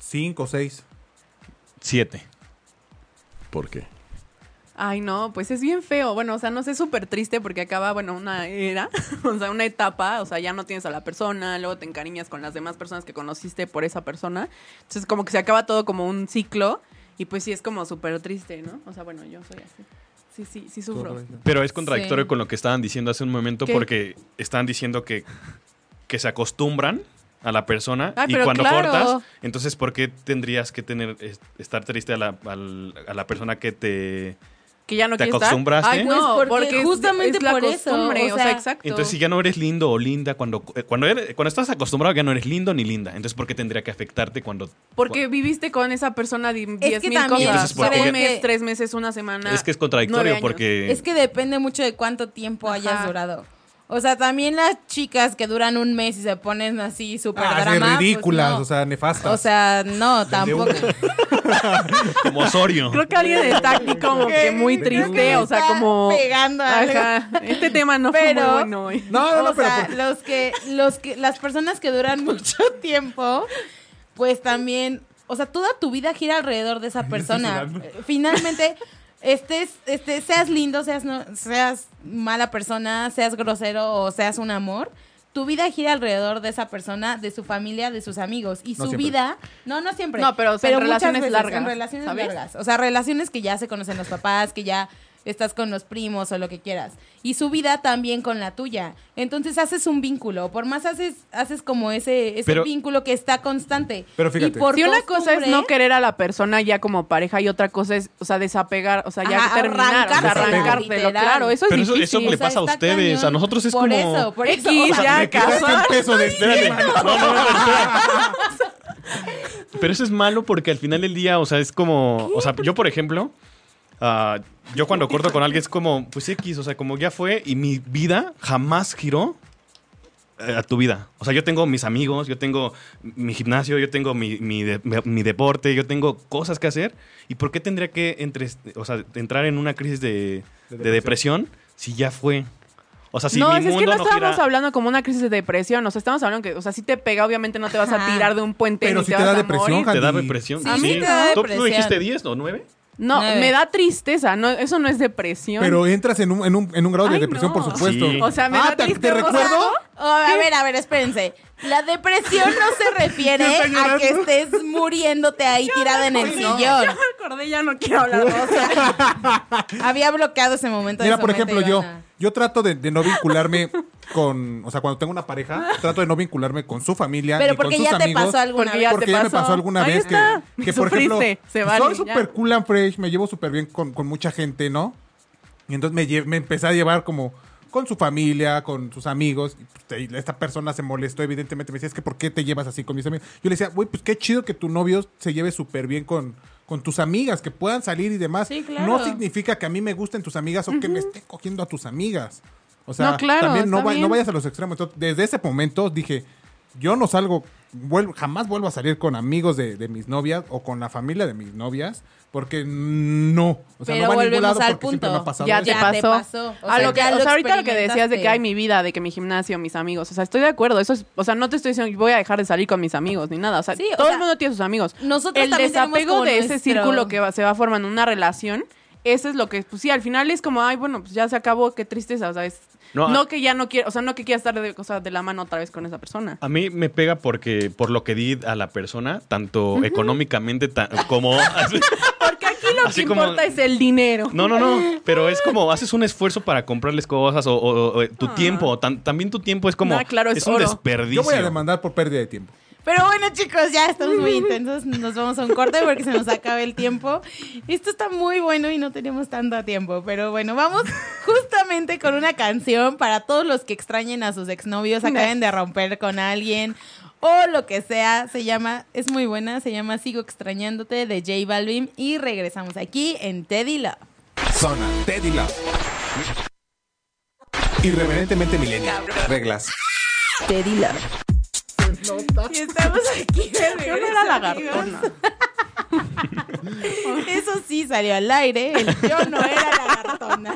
Speaker 4: 5, 6.
Speaker 5: Siete.
Speaker 7: ¿Por qué?
Speaker 3: Ay, no, pues es bien feo. Bueno, o sea, no sé, es súper triste porque acaba, bueno, una era, o sea, una etapa, o sea, ya no tienes a la persona, luego te encariñas con las demás personas que conociste por esa persona. Entonces, como que se acaba todo como un ciclo y pues sí es como súper triste, ¿no? O sea, bueno, yo soy así. Sí, sí, sí sufro.
Speaker 4: Ah,
Speaker 5: Pero es contradictorio
Speaker 1: Sí.
Speaker 5: con lo que estaban diciendo hace un momento
Speaker 3: ¿Qué?
Speaker 5: porque estaban diciendo que, que se acostumbran a la persona
Speaker 3: Ay,
Speaker 5: y
Speaker 3: Ah, pero
Speaker 5: cuando
Speaker 3: claro.
Speaker 5: cortas, entonces ¿por qué tendrías que tener es- estar triste a la, al- a la persona que te...
Speaker 3: Que ya no
Speaker 5: ¿Te
Speaker 3: quieres estar.
Speaker 5: acostumbraste?
Speaker 3: Ay, no,
Speaker 1: Pues porque
Speaker 3: porque, es-
Speaker 1: justamente
Speaker 3: es la
Speaker 1: por eso,
Speaker 3: costumbre,
Speaker 1: o
Speaker 3: o sea,
Speaker 1: sea-
Speaker 3: exacto.
Speaker 5: Entonces si ya no eres lindo o linda, cuando, eh, cuando, eres- cuando estás acostumbrado ya no eres lindo ni linda, entonces ¿por qué tendría que afectarte cuando...
Speaker 3: Porque viviste con esa persona de 10
Speaker 1: que
Speaker 3: mil
Speaker 1: también
Speaker 3: cosas.
Speaker 5: Entonces, ¿por qué?
Speaker 3: Un mes, tres meses, una semana.
Speaker 5: es que es
Speaker 3: nueve
Speaker 5: contradictorio
Speaker 3: años.
Speaker 5: porque...
Speaker 1: Es que depende mucho de cuánto tiempo hayas
Speaker 3: Ajá.
Speaker 1: durado. O sea, también las chicas que duran un mes y se ponen así súper
Speaker 4: Ah, sí,
Speaker 1: drama, pues,
Speaker 4: ridículas,
Speaker 1: no.
Speaker 4: o sea, nefastas.
Speaker 1: O sea, no, tampoco.
Speaker 5: Como Osorio.
Speaker 3: Creo que alguien está aquí como que muy
Speaker 1: Creo que
Speaker 3: triste,
Speaker 1: me
Speaker 3: o sea,
Speaker 1: está
Speaker 3: como...
Speaker 1: pegando a algo.
Speaker 3: Ajá, este tema no fue
Speaker 1: Pero-
Speaker 3: muy bueno hoy.
Speaker 4: no, no, no,
Speaker 1: o
Speaker 4: pero.
Speaker 1: sea,
Speaker 4: por-
Speaker 1: los que, los que, las personas que duran mucho tiempo, pues también, o sea, toda tu vida gira alrededor de esa persona.
Speaker 4: sudando.
Speaker 1: Eh, Finalmente, estés, este, seas lindo, seas no, seas mala persona, seas grosero o seas un amor. Tu vida gira alrededor de esa persona, de su familia, de sus amigos. Y
Speaker 4: No
Speaker 1: su
Speaker 4: siempre.
Speaker 1: vida. No, no siempre.
Speaker 3: No, pero, o sea, en
Speaker 1: muchas
Speaker 3: relaciones largas,
Speaker 1: En relaciones
Speaker 3: ¿sabes?
Speaker 1: largas. O sea, relaciones que ya se conocen los papás, que ya estás con los primos o lo que quieras. Y su vida también con la tuya. Entonces haces un vínculo. Por más haces, haces como ese, ese
Speaker 5: Pero-
Speaker 1: vínculo que está constante.
Speaker 4: Pero fíjate.
Speaker 1: Y por
Speaker 3: Si una cosa es
Speaker 1: costumbre-
Speaker 3: no querer a la persona ya como pareja y otra cosa es, o sea, desapegar, o sea, ya
Speaker 1: Ajá,
Speaker 3: terminar, o sea,
Speaker 1: arrancársela,
Speaker 3: arrancártelo.
Speaker 1: literal.
Speaker 3: Claro, eso es
Speaker 5: Pero eso-
Speaker 3: difícil.
Speaker 5: eso le
Speaker 1: O sea,
Speaker 5: pasa a
Speaker 1: está
Speaker 5: ustedes,
Speaker 1: cañón.
Speaker 5: a nosotros es
Speaker 1: por
Speaker 5: como-
Speaker 1: Eso, por eso,
Speaker 3: X, ya,
Speaker 4: Quitaste un
Speaker 3: casar.
Speaker 4: peso de encima.
Speaker 5: No, no, no, espera. Pero eso es malo porque al final del día, o sea, es como. O sea, yo, por ejemplo, ah, yo cuando corto con alguien es como, pues X, o sea, como ya fue y mi vida jamás giró eh, a tu vida. O sea, yo tengo mis amigos, yo tengo mi gimnasio, yo tengo mi, mi de- mi deporte, yo tengo cosas que hacer. ¿Y por qué tendría que entre- o sea, entrar en una crisis de,
Speaker 4: De
Speaker 5: de depresión si ya fue? O sea, si
Speaker 3: no,
Speaker 5: mi
Speaker 3: es, es
Speaker 5: mundo
Speaker 3: que no
Speaker 5: no
Speaker 3: estábamos
Speaker 5: gira-
Speaker 3: hablando como una crisis de depresión, o sea, estamos hablando que, o sea, si te pega, obviamente no te vas a
Speaker 1: Ajá.
Speaker 3: tirar de un puente
Speaker 4: Pero
Speaker 3: ni
Speaker 4: si
Speaker 3: te
Speaker 4: te
Speaker 3: vas
Speaker 4: da
Speaker 3: a
Speaker 4: depresión,
Speaker 3: morir.
Speaker 5: Te da
Speaker 4: Andy.
Speaker 5: depresión.
Speaker 1: Sí, sí te da
Speaker 5: ¿Tú- ¿Tú
Speaker 1: depresión.
Speaker 5: dijiste 10 o 9?
Speaker 3: No,
Speaker 1: Nueve.
Speaker 3: me da tristeza. No, eso no es depresión.
Speaker 4: Pero entras en un, en un, en un grado de
Speaker 3: Ay,
Speaker 4: depresión,
Speaker 3: no.
Speaker 4: por supuesto.
Speaker 5: Sí.
Speaker 3: o sea, me
Speaker 4: Ah,
Speaker 3: da
Speaker 4: ¿te- te
Speaker 3: tristeza.
Speaker 4: recuerdo?
Speaker 1: Oh, a ver, a ver, espérense. La depresión no se refiere
Speaker 4: Ya está
Speaker 1: a
Speaker 4: llorando.
Speaker 1: que estés muriéndote ahí tirada en el
Speaker 3: Ya
Speaker 1: sillón.
Speaker 3: me acordé, ya no quiero hablar de eso.
Speaker 1: Había bloqueado ese momento. de
Speaker 4: Mira,
Speaker 1: su
Speaker 4: por
Speaker 1: mente,
Speaker 4: ejemplo, yo,
Speaker 1: Ivana.
Speaker 4: yo trato de, de no vincularme con, o sea, cuando tengo una pareja, trato de no vincularme con su familia.
Speaker 1: Pero
Speaker 4: ni con
Speaker 1: porque
Speaker 4: sus
Speaker 1: ya te
Speaker 4: amigos,
Speaker 1: pasó alguna
Speaker 3: porque
Speaker 1: vez.
Speaker 3: ya
Speaker 4: porque
Speaker 3: te
Speaker 4: ya me
Speaker 3: pasó.
Speaker 4: pasó alguna
Speaker 3: Ahí
Speaker 4: vez que,
Speaker 3: está.
Speaker 4: que, por ejemplo,
Speaker 3: Sufriste, se
Speaker 4: pues,
Speaker 3: vale,
Speaker 4: soy
Speaker 3: ya.
Speaker 4: súper cool and fresh, me llevo súper bien con, con mucha gente, ¿no? Y entonces me, lle- me empecé a llevar como con su familia, con sus amigos. Y pues, te- esta persona se molestó, evidentemente. Me decía, es que ¿por qué te llevas así con mis amigos? Yo le decía, güey, pues qué chido que tu novio se lleve súper bien con, con tus amigas, que puedan salir y demás.
Speaker 1: Sí, claro.
Speaker 4: No significa que a mí me gusten tus amigas o que me esté cogiendo a tus amigas. O sea,
Speaker 3: No, claro,
Speaker 4: también no,
Speaker 3: está
Speaker 4: va- no
Speaker 3: bien.
Speaker 4: vayas a los extremos. Entonces, desde ese momento dije, yo no salgo, vuelvo, jamás vuelvo a salir con amigos de, de mis novias o con la familia de mis novias, porque no. O sea,
Speaker 1: Pero
Speaker 4: no va a ningún
Speaker 1: volvemos
Speaker 4: lado
Speaker 1: al
Speaker 4: porque siempre
Speaker 1: punto.
Speaker 4: me ha pasado
Speaker 3: ya
Speaker 4: eso.
Speaker 3: te
Speaker 1: Ya
Speaker 3: pasó.
Speaker 1: te pasó. O
Speaker 3: a
Speaker 1: sea,
Speaker 3: lo que,
Speaker 1: ya
Speaker 3: o
Speaker 1: lo
Speaker 3: sea, ahorita lo que decías de
Speaker 1: experimentaste.
Speaker 3: que hay mi vida, de que mi gimnasio, mis amigos. O sea, estoy de acuerdo. Eso es, o sea, no te estoy diciendo que voy a dejar de salir con mis amigos ni nada. O sea,
Speaker 1: Sí, o
Speaker 3: todo
Speaker 1: sea,
Speaker 3: el mundo tiene sus amigos.
Speaker 1: nosotros
Speaker 3: el
Speaker 1: también tenemos
Speaker 3: desapego
Speaker 1: como
Speaker 3: de ese
Speaker 1: nuestro-
Speaker 3: círculo que va- se va formando en una relación. Eso es lo que, pues sí, al final es como, ay, bueno, pues ya se acabó, qué tristeza, o sea, es,
Speaker 5: No,
Speaker 3: no,
Speaker 5: a-
Speaker 3: que ya no quiero, o sea, no que quieras estar de, o sea, de la mano otra vez con esa persona.
Speaker 5: A mí me pega porque por lo que di a la persona, tanto económicamente ta- como...
Speaker 3: Porque aquí lo
Speaker 5: Así
Speaker 3: que
Speaker 5: como-
Speaker 3: importa es el dinero.
Speaker 5: No, no, no. Pero es como haces un esfuerzo para comprarles cosas o, o- o
Speaker 1: Ah.
Speaker 5: tu tiempo. Tan- también tu tiempo es como.
Speaker 3: No, claro, es
Speaker 5: un
Speaker 3: oro.
Speaker 5: desperdicio.
Speaker 4: Yo voy a demandar por pérdida de tiempo.
Speaker 1: Pero bueno, chicos, ya estamos muy intensos. Nos vamos a un corte porque se nos acaba el tiempo. Esto está muy bueno y no tenemos tanto tiempo. Pero bueno, vamos justamente con una canción para todos los que extrañen a sus exnovios, acaben de romper con alguien o lo que sea. Se llama, es muy buena, se llama Sigo extrañándote de J Balvin. Y regresamos aquí en Teddy Love.
Speaker 8: Zona Teddy Love. Irreverentemente milenial. Reglas.
Speaker 9: Teddy Love.
Speaker 1: Y estamos aquí de
Speaker 3: Yo no
Speaker 1: regreso,
Speaker 3: era
Speaker 1: amigos.
Speaker 3: lagartona.
Speaker 1: Eso sí salió al aire. el yo no era lagartona.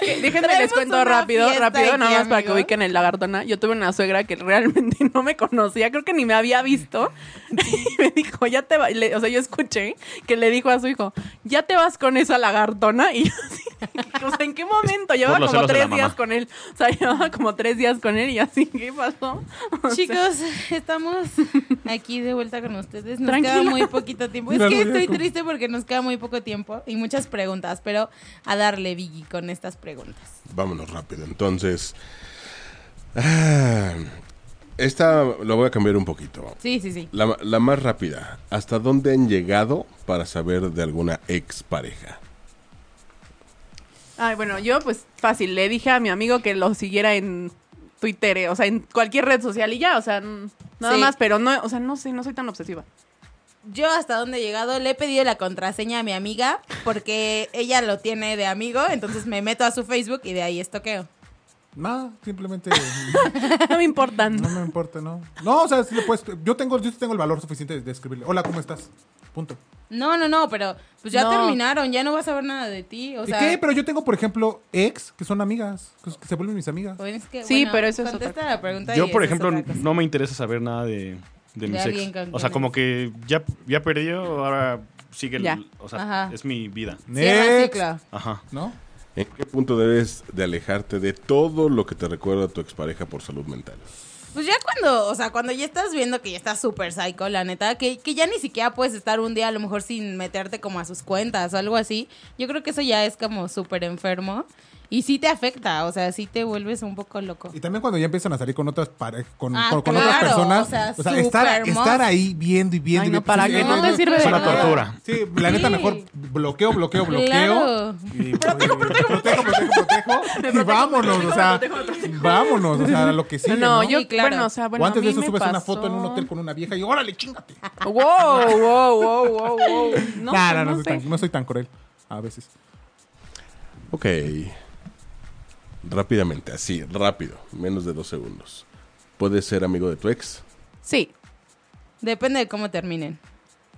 Speaker 3: Déjenme
Speaker 1: Traemos
Speaker 3: les cuento
Speaker 1: una
Speaker 3: rápido,
Speaker 1: fiesta
Speaker 3: rápido,
Speaker 1: aquí,
Speaker 3: nada más para que
Speaker 1: amigos.
Speaker 3: ubiquen el lagartona. Yo tuve una suegra que realmente no me conocía, creo que ni me había visto. Y me dijo, ya te vas. O sea, yo escuché que le dijo a su hijo, ya te vas con esa lagartona. Y yo así, o sea, ¿en qué momento? Llevaba
Speaker 5: los
Speaker 3: como
Speaker 5: celos de la
Speaker 3: tres días
Speaker 5: mamá.
Speaker 3: con él. O sea, llevaba como tres días con él y así, ¿qué pasó?
Speaker 1: Chicos, estamos aquí de vuelta con ustedes. Nos
Speaker 3: Tranquila.
Speaker 1: queda muy poquito tiempo. Es
Speaker 4: Mira,
Speaker 1: que
Speaker 4: lo
Speaker 1: estoy
Speaker 4: dijo.
Speaker 1: triste porque nos queda muy poco tiempo y muchas preguntas, pero a darle Vicky con estas preguntas.
Speaker 7: Vámonos rápido. Entonces, ah, esta la voy a cambiar un poquito.
Speaker 1: Sí, sí, sí.
Speaker 7: La, la más rápida. ¿Hasta dónde han llegado para saber de alguna expareja?
Speaker 3: Ay, bueno, yo pues fácil, le dije a mi amigo que lo siguiera en Twitter, eh, o sea, en cualquier red social y ya, o sea, n- nada
Speaker 1: Sí.
Speaker 3: más, pero no, o sea, no sé, no soy tan obsesiva.
Speaker 1: Yo hasta donde he llegado le he pedido la contraseña a mi amiga porque ella lo tiene de amigo, entonces me meto a su Facebook y de ahí estoqueo.
Speaker 4: Nada, simplemente
Speaker 3: No me importan.
Speaker 4: no me importa, ¿no? No, o sea, sí le puedes- yo tengo, yo tengo el valor suficiente de, de escribirle. Hola, ¿cómo estás? Punto.
Speaker 1: No, no, no, pero pues ya
Speaker 3: No.
Speaker 1: terminaron, ya no vas a ver nada de ti. O
Speaker 4: ¿Y
Speaker 1: sea,
Speaker 4: qué? Pero yo tengo, por ejemplo, ex que son amigas, que, que se vuelven mis amigas.
Speaker 1: pues, es que,
Speaker 3: Sí,
Speaker 1: bueno,
Speaker 3: pero eso es
Speaker 1: contesta
Speaker 3: otra
Speaker 1: la pregunta.
Speaker 5: Yo,
Speaker 1: y
Speaker 5: por
Speaker 1: eso es
Speaker 5: ejemplo,
Speaker 1: otra cosa.
Speaker 5: no me interesa saber nada de, de mis
Speaker 1: alguien
Speaker 5: ex.
Speaker 1: con
Speaker 5: O sea,
Speaker 1: quien
Speaker 5: como
Speaker 1: eres.
Speaker 5: que ya, ya perdí, ahora sigue. el-
Speaker 3: Ya.
Speaker 5: O sea,
Speaker 1: Ajá.
Speaker 5: es mi vida.
Speaker 1: Cierra
Speaker 4: Next.
Speaker 1: ciclo.
Speaker 5: Ajá.
Speaker 4: ¿No?
Speaker 7: ¿En qué punto debes de alejarte de todo lo que te recuerda a tu expareja por salud mental?
Speaker 1: Pues ya cuando, o sea, cuando ya estás viendo que ya estás súper psycho, la neta, que, que ya ni siquiera puedes estar un día a lo mejor sin meterte como a sus cuentas o algo así, yo creo que eso ya es como súper enfermo y sí te afecta, o sea, sí te vuelves un poco loco.
Speaker 4: Y también cuando ya empiezan a salir con otras pare- con,
Speaker 1: Ah,
Speaker 4: con- con
Speaker 1: claro,
Speaker 4: otras personas,
Speaker 1: o sea,
Speaker 4: o sea, estar,
Speaker 1: supermos.
Speaker 4: estar ahí viendo y viendo
Speaker 3: Ay,
Speaker 4: y
Speaker 3: no,
Speaker 4: viendo,
Speaker 3: para
Speaker 4: sí,
Speaker 3: que
Speaker 4: eh,
Speaker 3: no
Speaker 4: eh,
Speaker 3: te
Speaker 4: eh,
Speaker 3: sirve de
Speaker 4: es una
Speaker 3: nada.
Speaker 5: tortura.
Speaker 4: Sí, la neta
Speaker 1: Sí.
Speaker 4: mejor bloqueo, bloqueo, bloqueo.
Speaker 1: Claro.
Speaker 4: Y, protejo, protejo, protejo, protejo, y vámonos, o sea, vámonos, o sea, lo que sigue,
Speaker 3: no,
Speaker 4: ¿no?
Speaker 3: yo,
Speaker 1: Sí, claro.
Speaker 3: bueno, o sea, bueno,
Speaker 4: o
Speaker 3: a
Speaker 4: antes de
Speaker 3: mí
Speaker 4: eso
Speaker 3: me
Speaker 4: subes una
Speaker 3: pasó-
Speaker 4: foto en un hotel con una vieja y órale, chingate.
Speaker 3: Wow, wow, wow, wow, wow. No,
Speaker 4: Nah,
Speaker 3: pues,
Speaker 4: no, no,
Speaker 3: no
Speaker 4: soy
Speaker 3: sé.
Speaker 4: tan, no soy tan cruel a veces.
Speaker 7: Ok. Rápidamente, así, rápido, menos de dos segundos. ¿Puedes ser amigo de tu ex?
Speaker 3: Sí.
Speaker 1: Depende de cómo terminen.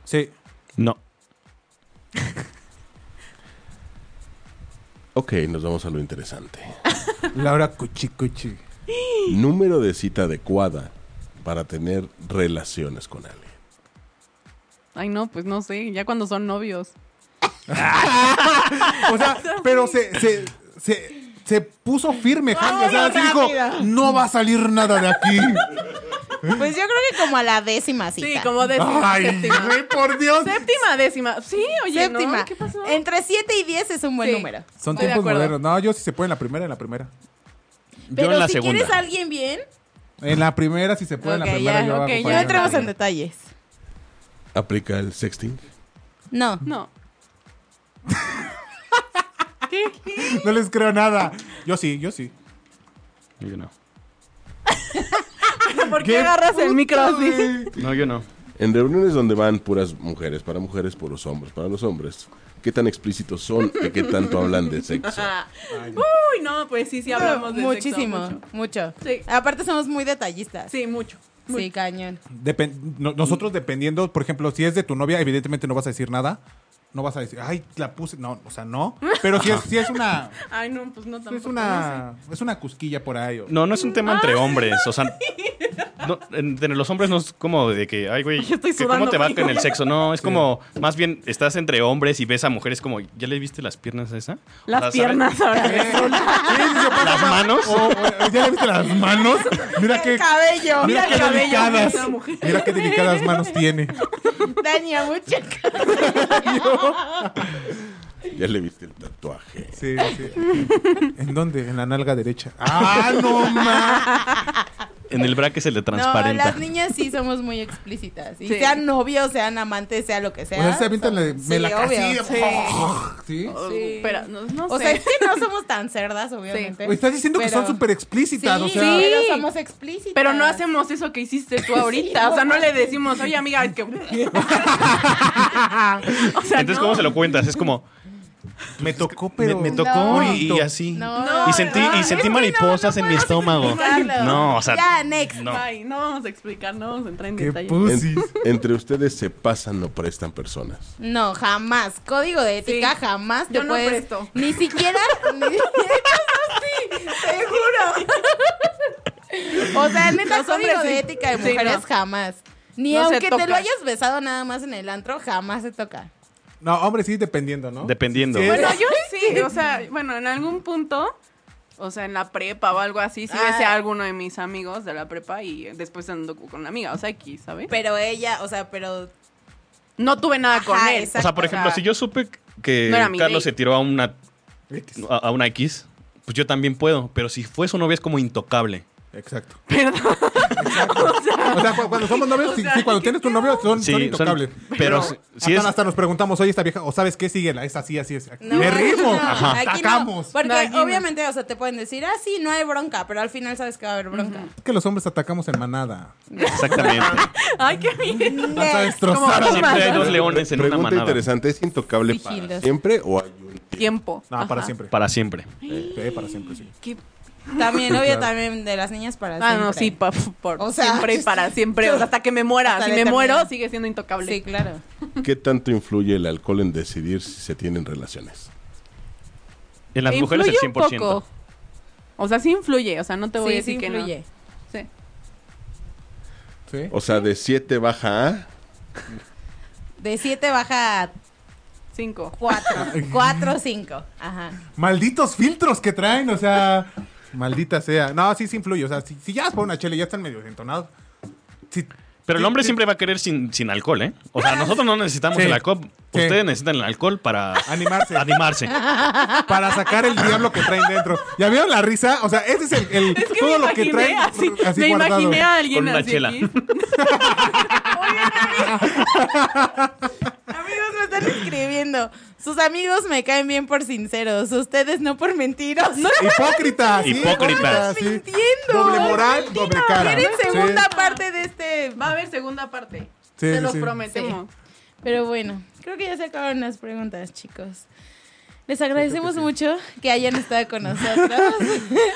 Speaker 4: Sí.
Speaker 5: No.
Speaker 7: Ok, nos vamos a lo interesante.
Speaker 4: Laura Cuchi Cuchi.
Speaker 7: Número de cita adecuada para tener relaciones con alguien.
Speaker 3: Ay, no, pues no sé, ya cuando son novios.
Speaker 4: O sea, pero se, se, se, se puso firme, Hank. O sea, así dijo,
Speaker 1: Vámonos, rápido.
Speaker 4: no va a salir nada de aquí.
Speaker 1: Pues yo creo que como a la décima cita.
Speaker 3: Sí, como décima,
Speaker 4: Ay,
Speaker 3: séptima.
Speaker 4: güey, por Dios.
Speaker 3: Séptima, décima. Sí, oye, ¿no?
Speaker 1: Séptima.
Speaker 3: ¿Qué pasó?
Speaker 1: Entre 7 y 10 es un buen
Speaker 3: Sí.
Speaker 1: número.
Speaker 3: Estoy
Speaker 4: Son
Speaker 3: de
Speaker 4: tiempos
Speaker 3: acuerdo.
Speaker 4: modernos. No, yo sí se puede en la primera, en la primera.
Speaker 1: Pero
Speaker 5: en la
Speaker 1: si
Speaker 5: segunda.
Speaker 1: quieres a alguien bien,
Speaker 4: En la primera, si se puede,
Speaker 3: Ok,
Speaker 4: en la primera.
Speaker 3: ya,
Speaker 4: yo hago
Speaker 3: ok, ya
Speaker 1: no
Speaker 4: para-
Speaker 1: entremos en detalles.
Speaker 7: Aplica el sexting.
Speaker 1: No.
Speaker 3: No.
Speaker 4: No les creo nada. Yo sí, yo sí.
Speaker 5: Yo no.
Speaker 3: ¿Por qué agarras el micro así?
Speaker 5: No, yo no.
Speaker 7: En reuniones donde van puras mujeres, para mujeres, por los hombres, para los hombres. ¿Qué tan explícitos son y qué tanto hablan de sexo?
Speaker 3: Uy, no, pues sí, sí hablamos de sexo
Speaker 1: Muchísimo,
Speaker 3: mucho.
Speaker 1: mucho.
Speaker 3: Sí.
Speaker 1: Aparte somos muy detallistas.
Speaker 3: Sí, mucho.
Speaker 1: Sí, cañón.
Speaker 4: Depen- no- nosotros dependiendo, por ejemplo, si es de tu novia, evidentemente no vas a decir nada. No vas a decir, ay, la puse. No, o sea, no. Pero si es, si es una.
Speaker 3: Ay, no, pues no tampoco.
Speaker 4: Es una, es una cusquilla por ahí. o-
Speaker 5: No, no es un tema
Speaker 3: Ah,
Speaker 5: entre hombres. O sea, no, entre los hombres no es como de que, ay, güey,
Speaker 3: Yo estoy
Speaker 5: que ¿cómo
Speaker 3: sudando,
Speaker 5: te va
Speaker 3: amigo.
Speaker 5: en el sexo? No, es como, más bien, estás entre hombres y ves a mujeres como, ¿ya le viste las piernas a esa?
Speaker 3: Las
Speaker 5: O sea, ¿sabes?
Speaker 3: piernas ahora.
Speaker 4: Eh, sí, sí, se pasa.
Speaker 5: Las manos.
Speaker 4: O- o- ¿Ya le viste las manos? Mira qué.
Speaker 1: Cabello.
Speaker 4: Mira
Speaker 3: el
Speaker 4: qué
Speaker 3: cabello de
Speaker 4: delicadas.
Speaker 3: esa mujer.
Speaker 4: Mira qué delicadas manos tiene.
Speaker 1: Daña mucho.
Speaker 7: Ya le viste el tatuaje.
Speaker 4: Sí, sí. ¿En dónde? En la nalga derecha. ¡Ah, no más!
Speaker 5: En el braque se le
Speaker 1: No,
Speaker 5: transparenta.
Speaker 1: las niñas sí somos muy explícitas. Y
Speaker 3: Sí.
Speaker 1: sean novios, sean amantes, sea lo que sea.
Speaker 4: O sea, se avientan la,
Speaker 1: somos-
Speaker 4: me la
Speaker 1: Sí,
Speaker 4: casi-
Speaker 1: obvio.
Speaker 4: ¿Sí?
Speaker 1: Sí.
Speaker 3: Espera, no, no
Speaker 1: O
Speaker 3: sé.
Speaker 1: sea, es que no somos tan cerdas, obviamente.
Speaker 4: O Estás diciendo que
Speaker 1: Pero-
Speaker 4: son súper explícitas.
Speaker 1: Sí,
Speaker 4: o sea,
Speaker 1: pero somos explícitas.
Speaker 3: Pero no hacemos eso que hiciste tú ahorita. O sea, no le decimos, oye, amiga, es que. o sea,
Speaker 5: Entonces,
Speaker 3: no.
Speaker 5: ¿cómo se lo cuentas? Es como,
Speaker 4: me tocó, pero.
Speaker 5: me, me tocó
Speaker 1: No.
Speaker 5: y, y así.
Speaker 1: No,
Speaker 5: y sentí,
Speaker 3: ¿verdad?
Speaker 5: y sentí
Speaker 3: Es que no,
Speaker 5: mariposas en mi estómago.
Speaker 1: Carlos.
Speaker 5: No, o sea,
Speaker 1: Ya, next.
Speaker 5: no.
Speaker 3: Ay, no vamos a explicar, no vamos a entrar en
Speaker 4: ¡Qué
Speaker 3: detalle.
Speaker 7: En-
Speaker 4: pusis!
Speaker 7: entre ustedes se pasan o prestan personas.
Speaker 1: No, jamás. Código de ética,
Speaker 3: Sí.
Speaker 1: jamás te
Speaker 3: Yo no
Speaker 1: puedes.
Speaker 3: presto.
Speaker 1: Ni siquiera. ni-
Speaker 3: juro.
Speaker 1: o sea, neta,
Speaker 3: Los hombres
Speaker 1: código de
Speaker 3: sí.
Speaker 1: ética de
Speaker 3: Sí,
Speaker 1: mujeres,
Speaker 3: no.
Speaker 1: jamás. Ni
Speaker 3: No se
Speaker 1: aunque te lo
Speaker 3: toca.
Speaker 1: hayas besado nada más en el antro, jamás se toca.
Speaker 4: No, hombre, sí, dependiendo, ¿no?
Speaker 5: Dependiendo.
Speaker 4: Sí,
Speaker 3: Bueno, yo sí, o sea, bueno, en algún punto, o sea, en la prepa o algo así, sí
Speaker 1: Ah.
Speaker 3: besé a alguno de mis amigos de la prepa y después ando con una amiga, o sea, aquí, ¿sabes?
Speaker 1: Pero ella, o sea, pero.
Speaker 3: No tuve nada con
Speaker 1: Ajá,
Speaker 3: él.
Speaker 1: exacto.
Speaker 5: O sea, por ejemplo,
Speaker 3: O sea,
Speaker 5: si yo supe que
Speaker 3: no era mi
Speaker 5: Carlos
Speaker 3: date.
Speaker 5: se tiró a una, a, a una X, pues yo también puedo. Pero si fue su novia, es como intocable.
Speaker 4: Exacto.
Speaker 3: Perdón.
Speaker 4: O sea, cu- cuando somos novios,
Speaker 3: O
Speaker 4: sí,
Speaker 3: sea,
Speaker 4: sí, cuando
Speaker 3: ¿qué
Speaker 4: tienes tu
Speaker 3: pedo?
Speaker 4: novio, son,
Speaker 5: Sí,
Speaker 4: son
Speaker 5: son-
Speaker 4: intocables.
Speaker 5: pero si-
Speaker 4: hasta,
Speaker 5: si es-
Speaker 4: hasta nos preguntamos, oye, esta vieja, ¿o sabes qué? Síguela, es así, así, es.
Speaker 1: No,
Speaker 4: Le rimos,
Speaker 1: no,
Speaker 4: Ajá.
Speaker 1: aquí no,
Speaker 4: atacamos.
Speaker 1: porque
Speaker 3: No, aquí no.
Speaker 1: obviamente, o sea, te pueden decir, ah, sí, no hay bronca, pero al final sabes que va a haber bronca.
Speaker 4: Es que los hombres atacamos en manada.
Speaker 5: Exactamente.
Speaker 3: Ay, qué miedo.
Speaker 4: Vas a destrozar.
Speaker 3: Como-
Speaker 5: Siempre hay dos leones en una
Speaker 7: Pregunta
Speaker 5: manada.
Speaker 7: interesante, ¿es intocable para
Speaker 1: Sigilos.
Speaker 7: siempre o hay un
Speaker 3: Tiempo.
Speaker 4: No, para siempre.
Speaker 5: Para siempre.
Speaker 4: Sí, para siempre, sí.
Speaker 3: ¿Qué?
Speaker 1: También, obvio,
Speaker 4: claro.
Speaker 1: también de las niñas para
Speaker 3: Ah, no, sí,
Speaker 1: siempre.
Speaker 3: pa- por
Speaker 1: O sea,
Speaker 3: siempre y para siempre. o sea, hasta que me muera.
Speaker 1: hasta
Speaker 3: Si
Speaker 1: la
Speaker 3: me
Speaker 1: eternidad.
Speaker 3: muero, sigue siendo intocable.
Speaker 1: Sí, claro.
Speaker 7: ¿Qué tanto influye el alcohol en decidir si se tienen relaciones?
Speaker 5: En las
Speaker 3: Influye
Speaker 5: mujeres el
Speaker 3: un
Speaker 5: 100%.
Speaker 3: poco. O sea, sí influye. O sea, no te voy a
Speaker 1: Sí, sí
Speaker 3: decir que no.
Speaker 1: influye.
Speaker 3: Sí.
Speaker 4: Sí.
Speaker 7: O sea, de 7 baja a...
Speaker 1: De 7 baja a
Speaker 3: Cinco.
Speaker 1: 4. 4 5. Ajá.
Speaker 4: Malditos filtros que traen, o sea, maldita sea. No, sí, sí influye. O sea, si, si ya vas por una chela y ya están medio entonados. Sí,
Speaker 5: Pero el
Speaker 4: sí,
Speaker 5: hombre
Speaker 4: sí.
Speaker 5: siempre va a querer sin, sin alcohol, ¿eh? O sea, nosotros no necesitamos
Speaker 4: Sí.
Speaker 5: el alcohol.
Speaker 4: Sí.
Speaker 5: Ustedes necesitan el alcohol para
Speaker 4: Animarse.
Speaker 5: animarse.
Speaker 4: para sacar el diablo que traen dentro. ¿Ya vieron la risa? O sea, ese es el, el-
Speaker 3: Es que
Speaker 4: todo
Speaker 3: me
Speaker 4: lo que
Speaker 3: imaginé
Speaker 4: traen
Speaker 3: así,
Speaker 4: r- así
Speaker 3: me
Speaker 4: guardado.
Speaker 3: imaginé a alguien
Speaker 5: Con una
Speaker 3: así.
Speaker 5: chela.
Speaker 3: Oye,
Speaker 1: Amigos, me están escribiendo. Sus amigos me caen bien por sinceros. Ustedes no por mentiros. No
Speaker 4: Hipócritas. sí,
Speaker 5: Hipócritas.
Speaker 4: sí.
Speaker 1: mintiendo.
Speaker 4: Doble moral, doble cara.
Speaker 1: Quieren
Speaker 4: Sí.
Speaker 1: segunda parte de este.
Speaker 3: va a haber segunda parte.
Speaker 4: Sí,
Speaker 3: Se
Speaker 4: sí,
Speaker 3: los
Speaker 4: sí.
Speaker 3: prometemos.
Speaker 1: Pero bueno, creo que ya se acabaron las preguntas, chicos. Les agradecemos mucho que hayan estado con nosotros.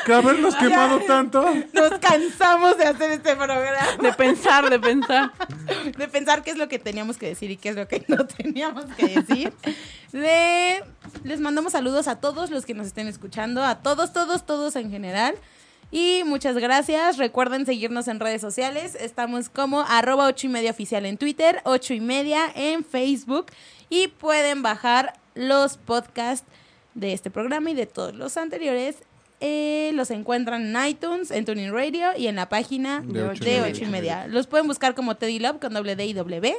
Speaker 4: Que habernos quemado tanto.
Speaker 1: Nos cansamos de hacer este programa,
Speaker 3: De pensar, de pensar.
Speaker 1: de pensar qué es lo que teníamos que decir y qué es lo que no teníamos que decir. De- les mandamos saludos a todos los que nos estén escuchando, a todos, todos, todos en general. Y muchas gracias. Recuerden seguirnos en redes sociales. Estamos como arroba 8 y media oficial en Twitter, 8 y media en Facebook. Y pueden bajar los podcasts de este programa y de todos los anteriores. Eh, los encuentran en iTunes, en Tuning Radio y en la página
Speaker 4: De
Speaker 1: de
Speaker 4: ocho
Speaker 1: 8
Speaker 4: y
Speaker 1: y,
Speaker 4: media.
Speaker 1: media. Los pueden buscar como Teddy Love con doble D y W.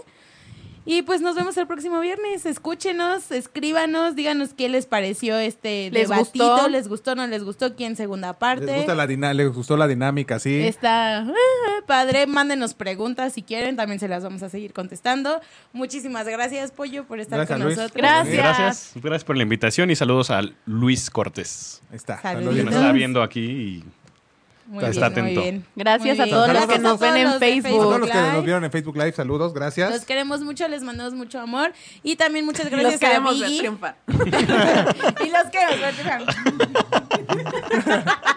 Speaker 1: Y pues nos vemos el próximo viernes. Escúchenos, escríbanos, díganos qué les pareció este
Speaker 3: ¿Les
Speaker 1: debatito.
Speaker 3: gustó?
Speaker 1: ¿Les gustó no les gustó? ¿Quién segunda parte?
Speaker 4: ¿Les, gusta la dina- les gustó la dinámica, sí.
Speaker 1: Está ah, padre, mándenos preguntas si quieren, también se las vamos a seguir contestando. Muchísimas gracias, Pollo, por estar
Speaker 4: Gracias,
Speaker 1: con
Speaker 4: Luis.
Speaker 1: nosotros.
Speaker 3: Gracias.
Speaker 5: Gracias. Gracias por la invitación y saludos a Luis Cortés,
Speaker 4: Ahí está.
Speaker 1: Saluditos.
Speaker 5: que
Speaker 4: Saluditos.
Speaker 5: nos está viendo aquí y
Speaker 1: Muy
Speaker 5: Está
Speaker 1: bien, muy
Speaker 5: atento.
Speaker 1: bien.
Speaker 3: Gracias
Speaker 1: Muy
Speaker 3: a
Speaker 1: bien.
Speaker 3: todos los
Speaker 4: que
Speaker 1: Gracias
Speaker 3: nos
Speaker 1: a todos
Speaker 3: ven en
Speaker 1: los de
Speaker 3: Facebook.
Speaker 4: A todos los que
Speaker 1: Live.
Speaker 4: nos vieron en Facebook Live, saludos, gracias.
Speaker 1: Los queremos mucho, les mandamos mucho amor y también muchas
Speaker 3: Los
Speaker 1: gracias a
Speaker 3: queremos ver
Speaker 1: Biggie.
Speaker 3: triunfar.
Speaker 1: y los queremos ver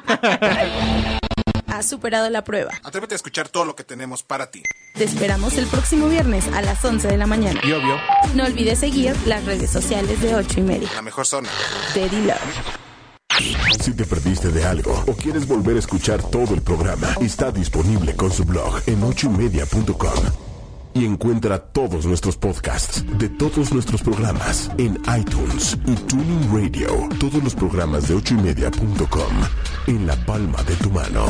Speaker 1: triunfar. Has superado la prueba.
Speaker 2: Atrévete a escuchar todo lo que tenemos para ti.
Speaker 1: Te esperamos el próximo viernes a las 11 de la mañana.
Speaker 4: Y obvio.
Speaker 1: No olvides seguir las redes sociales de 8 y media.
Speaker 2: La mejor zona.
Speaker 9: Teddy Love.
Speaker 6: Si te perdiste de algo o quieres volver a escuchar todo el programa, está disponible con su blog en ochoymedia.com. Y encuentra todos nuestros podcasts de todos nuestros programas en iTunes y Tuning Radio. Todos los programas de ochoymedia.com en la palma de tu mano.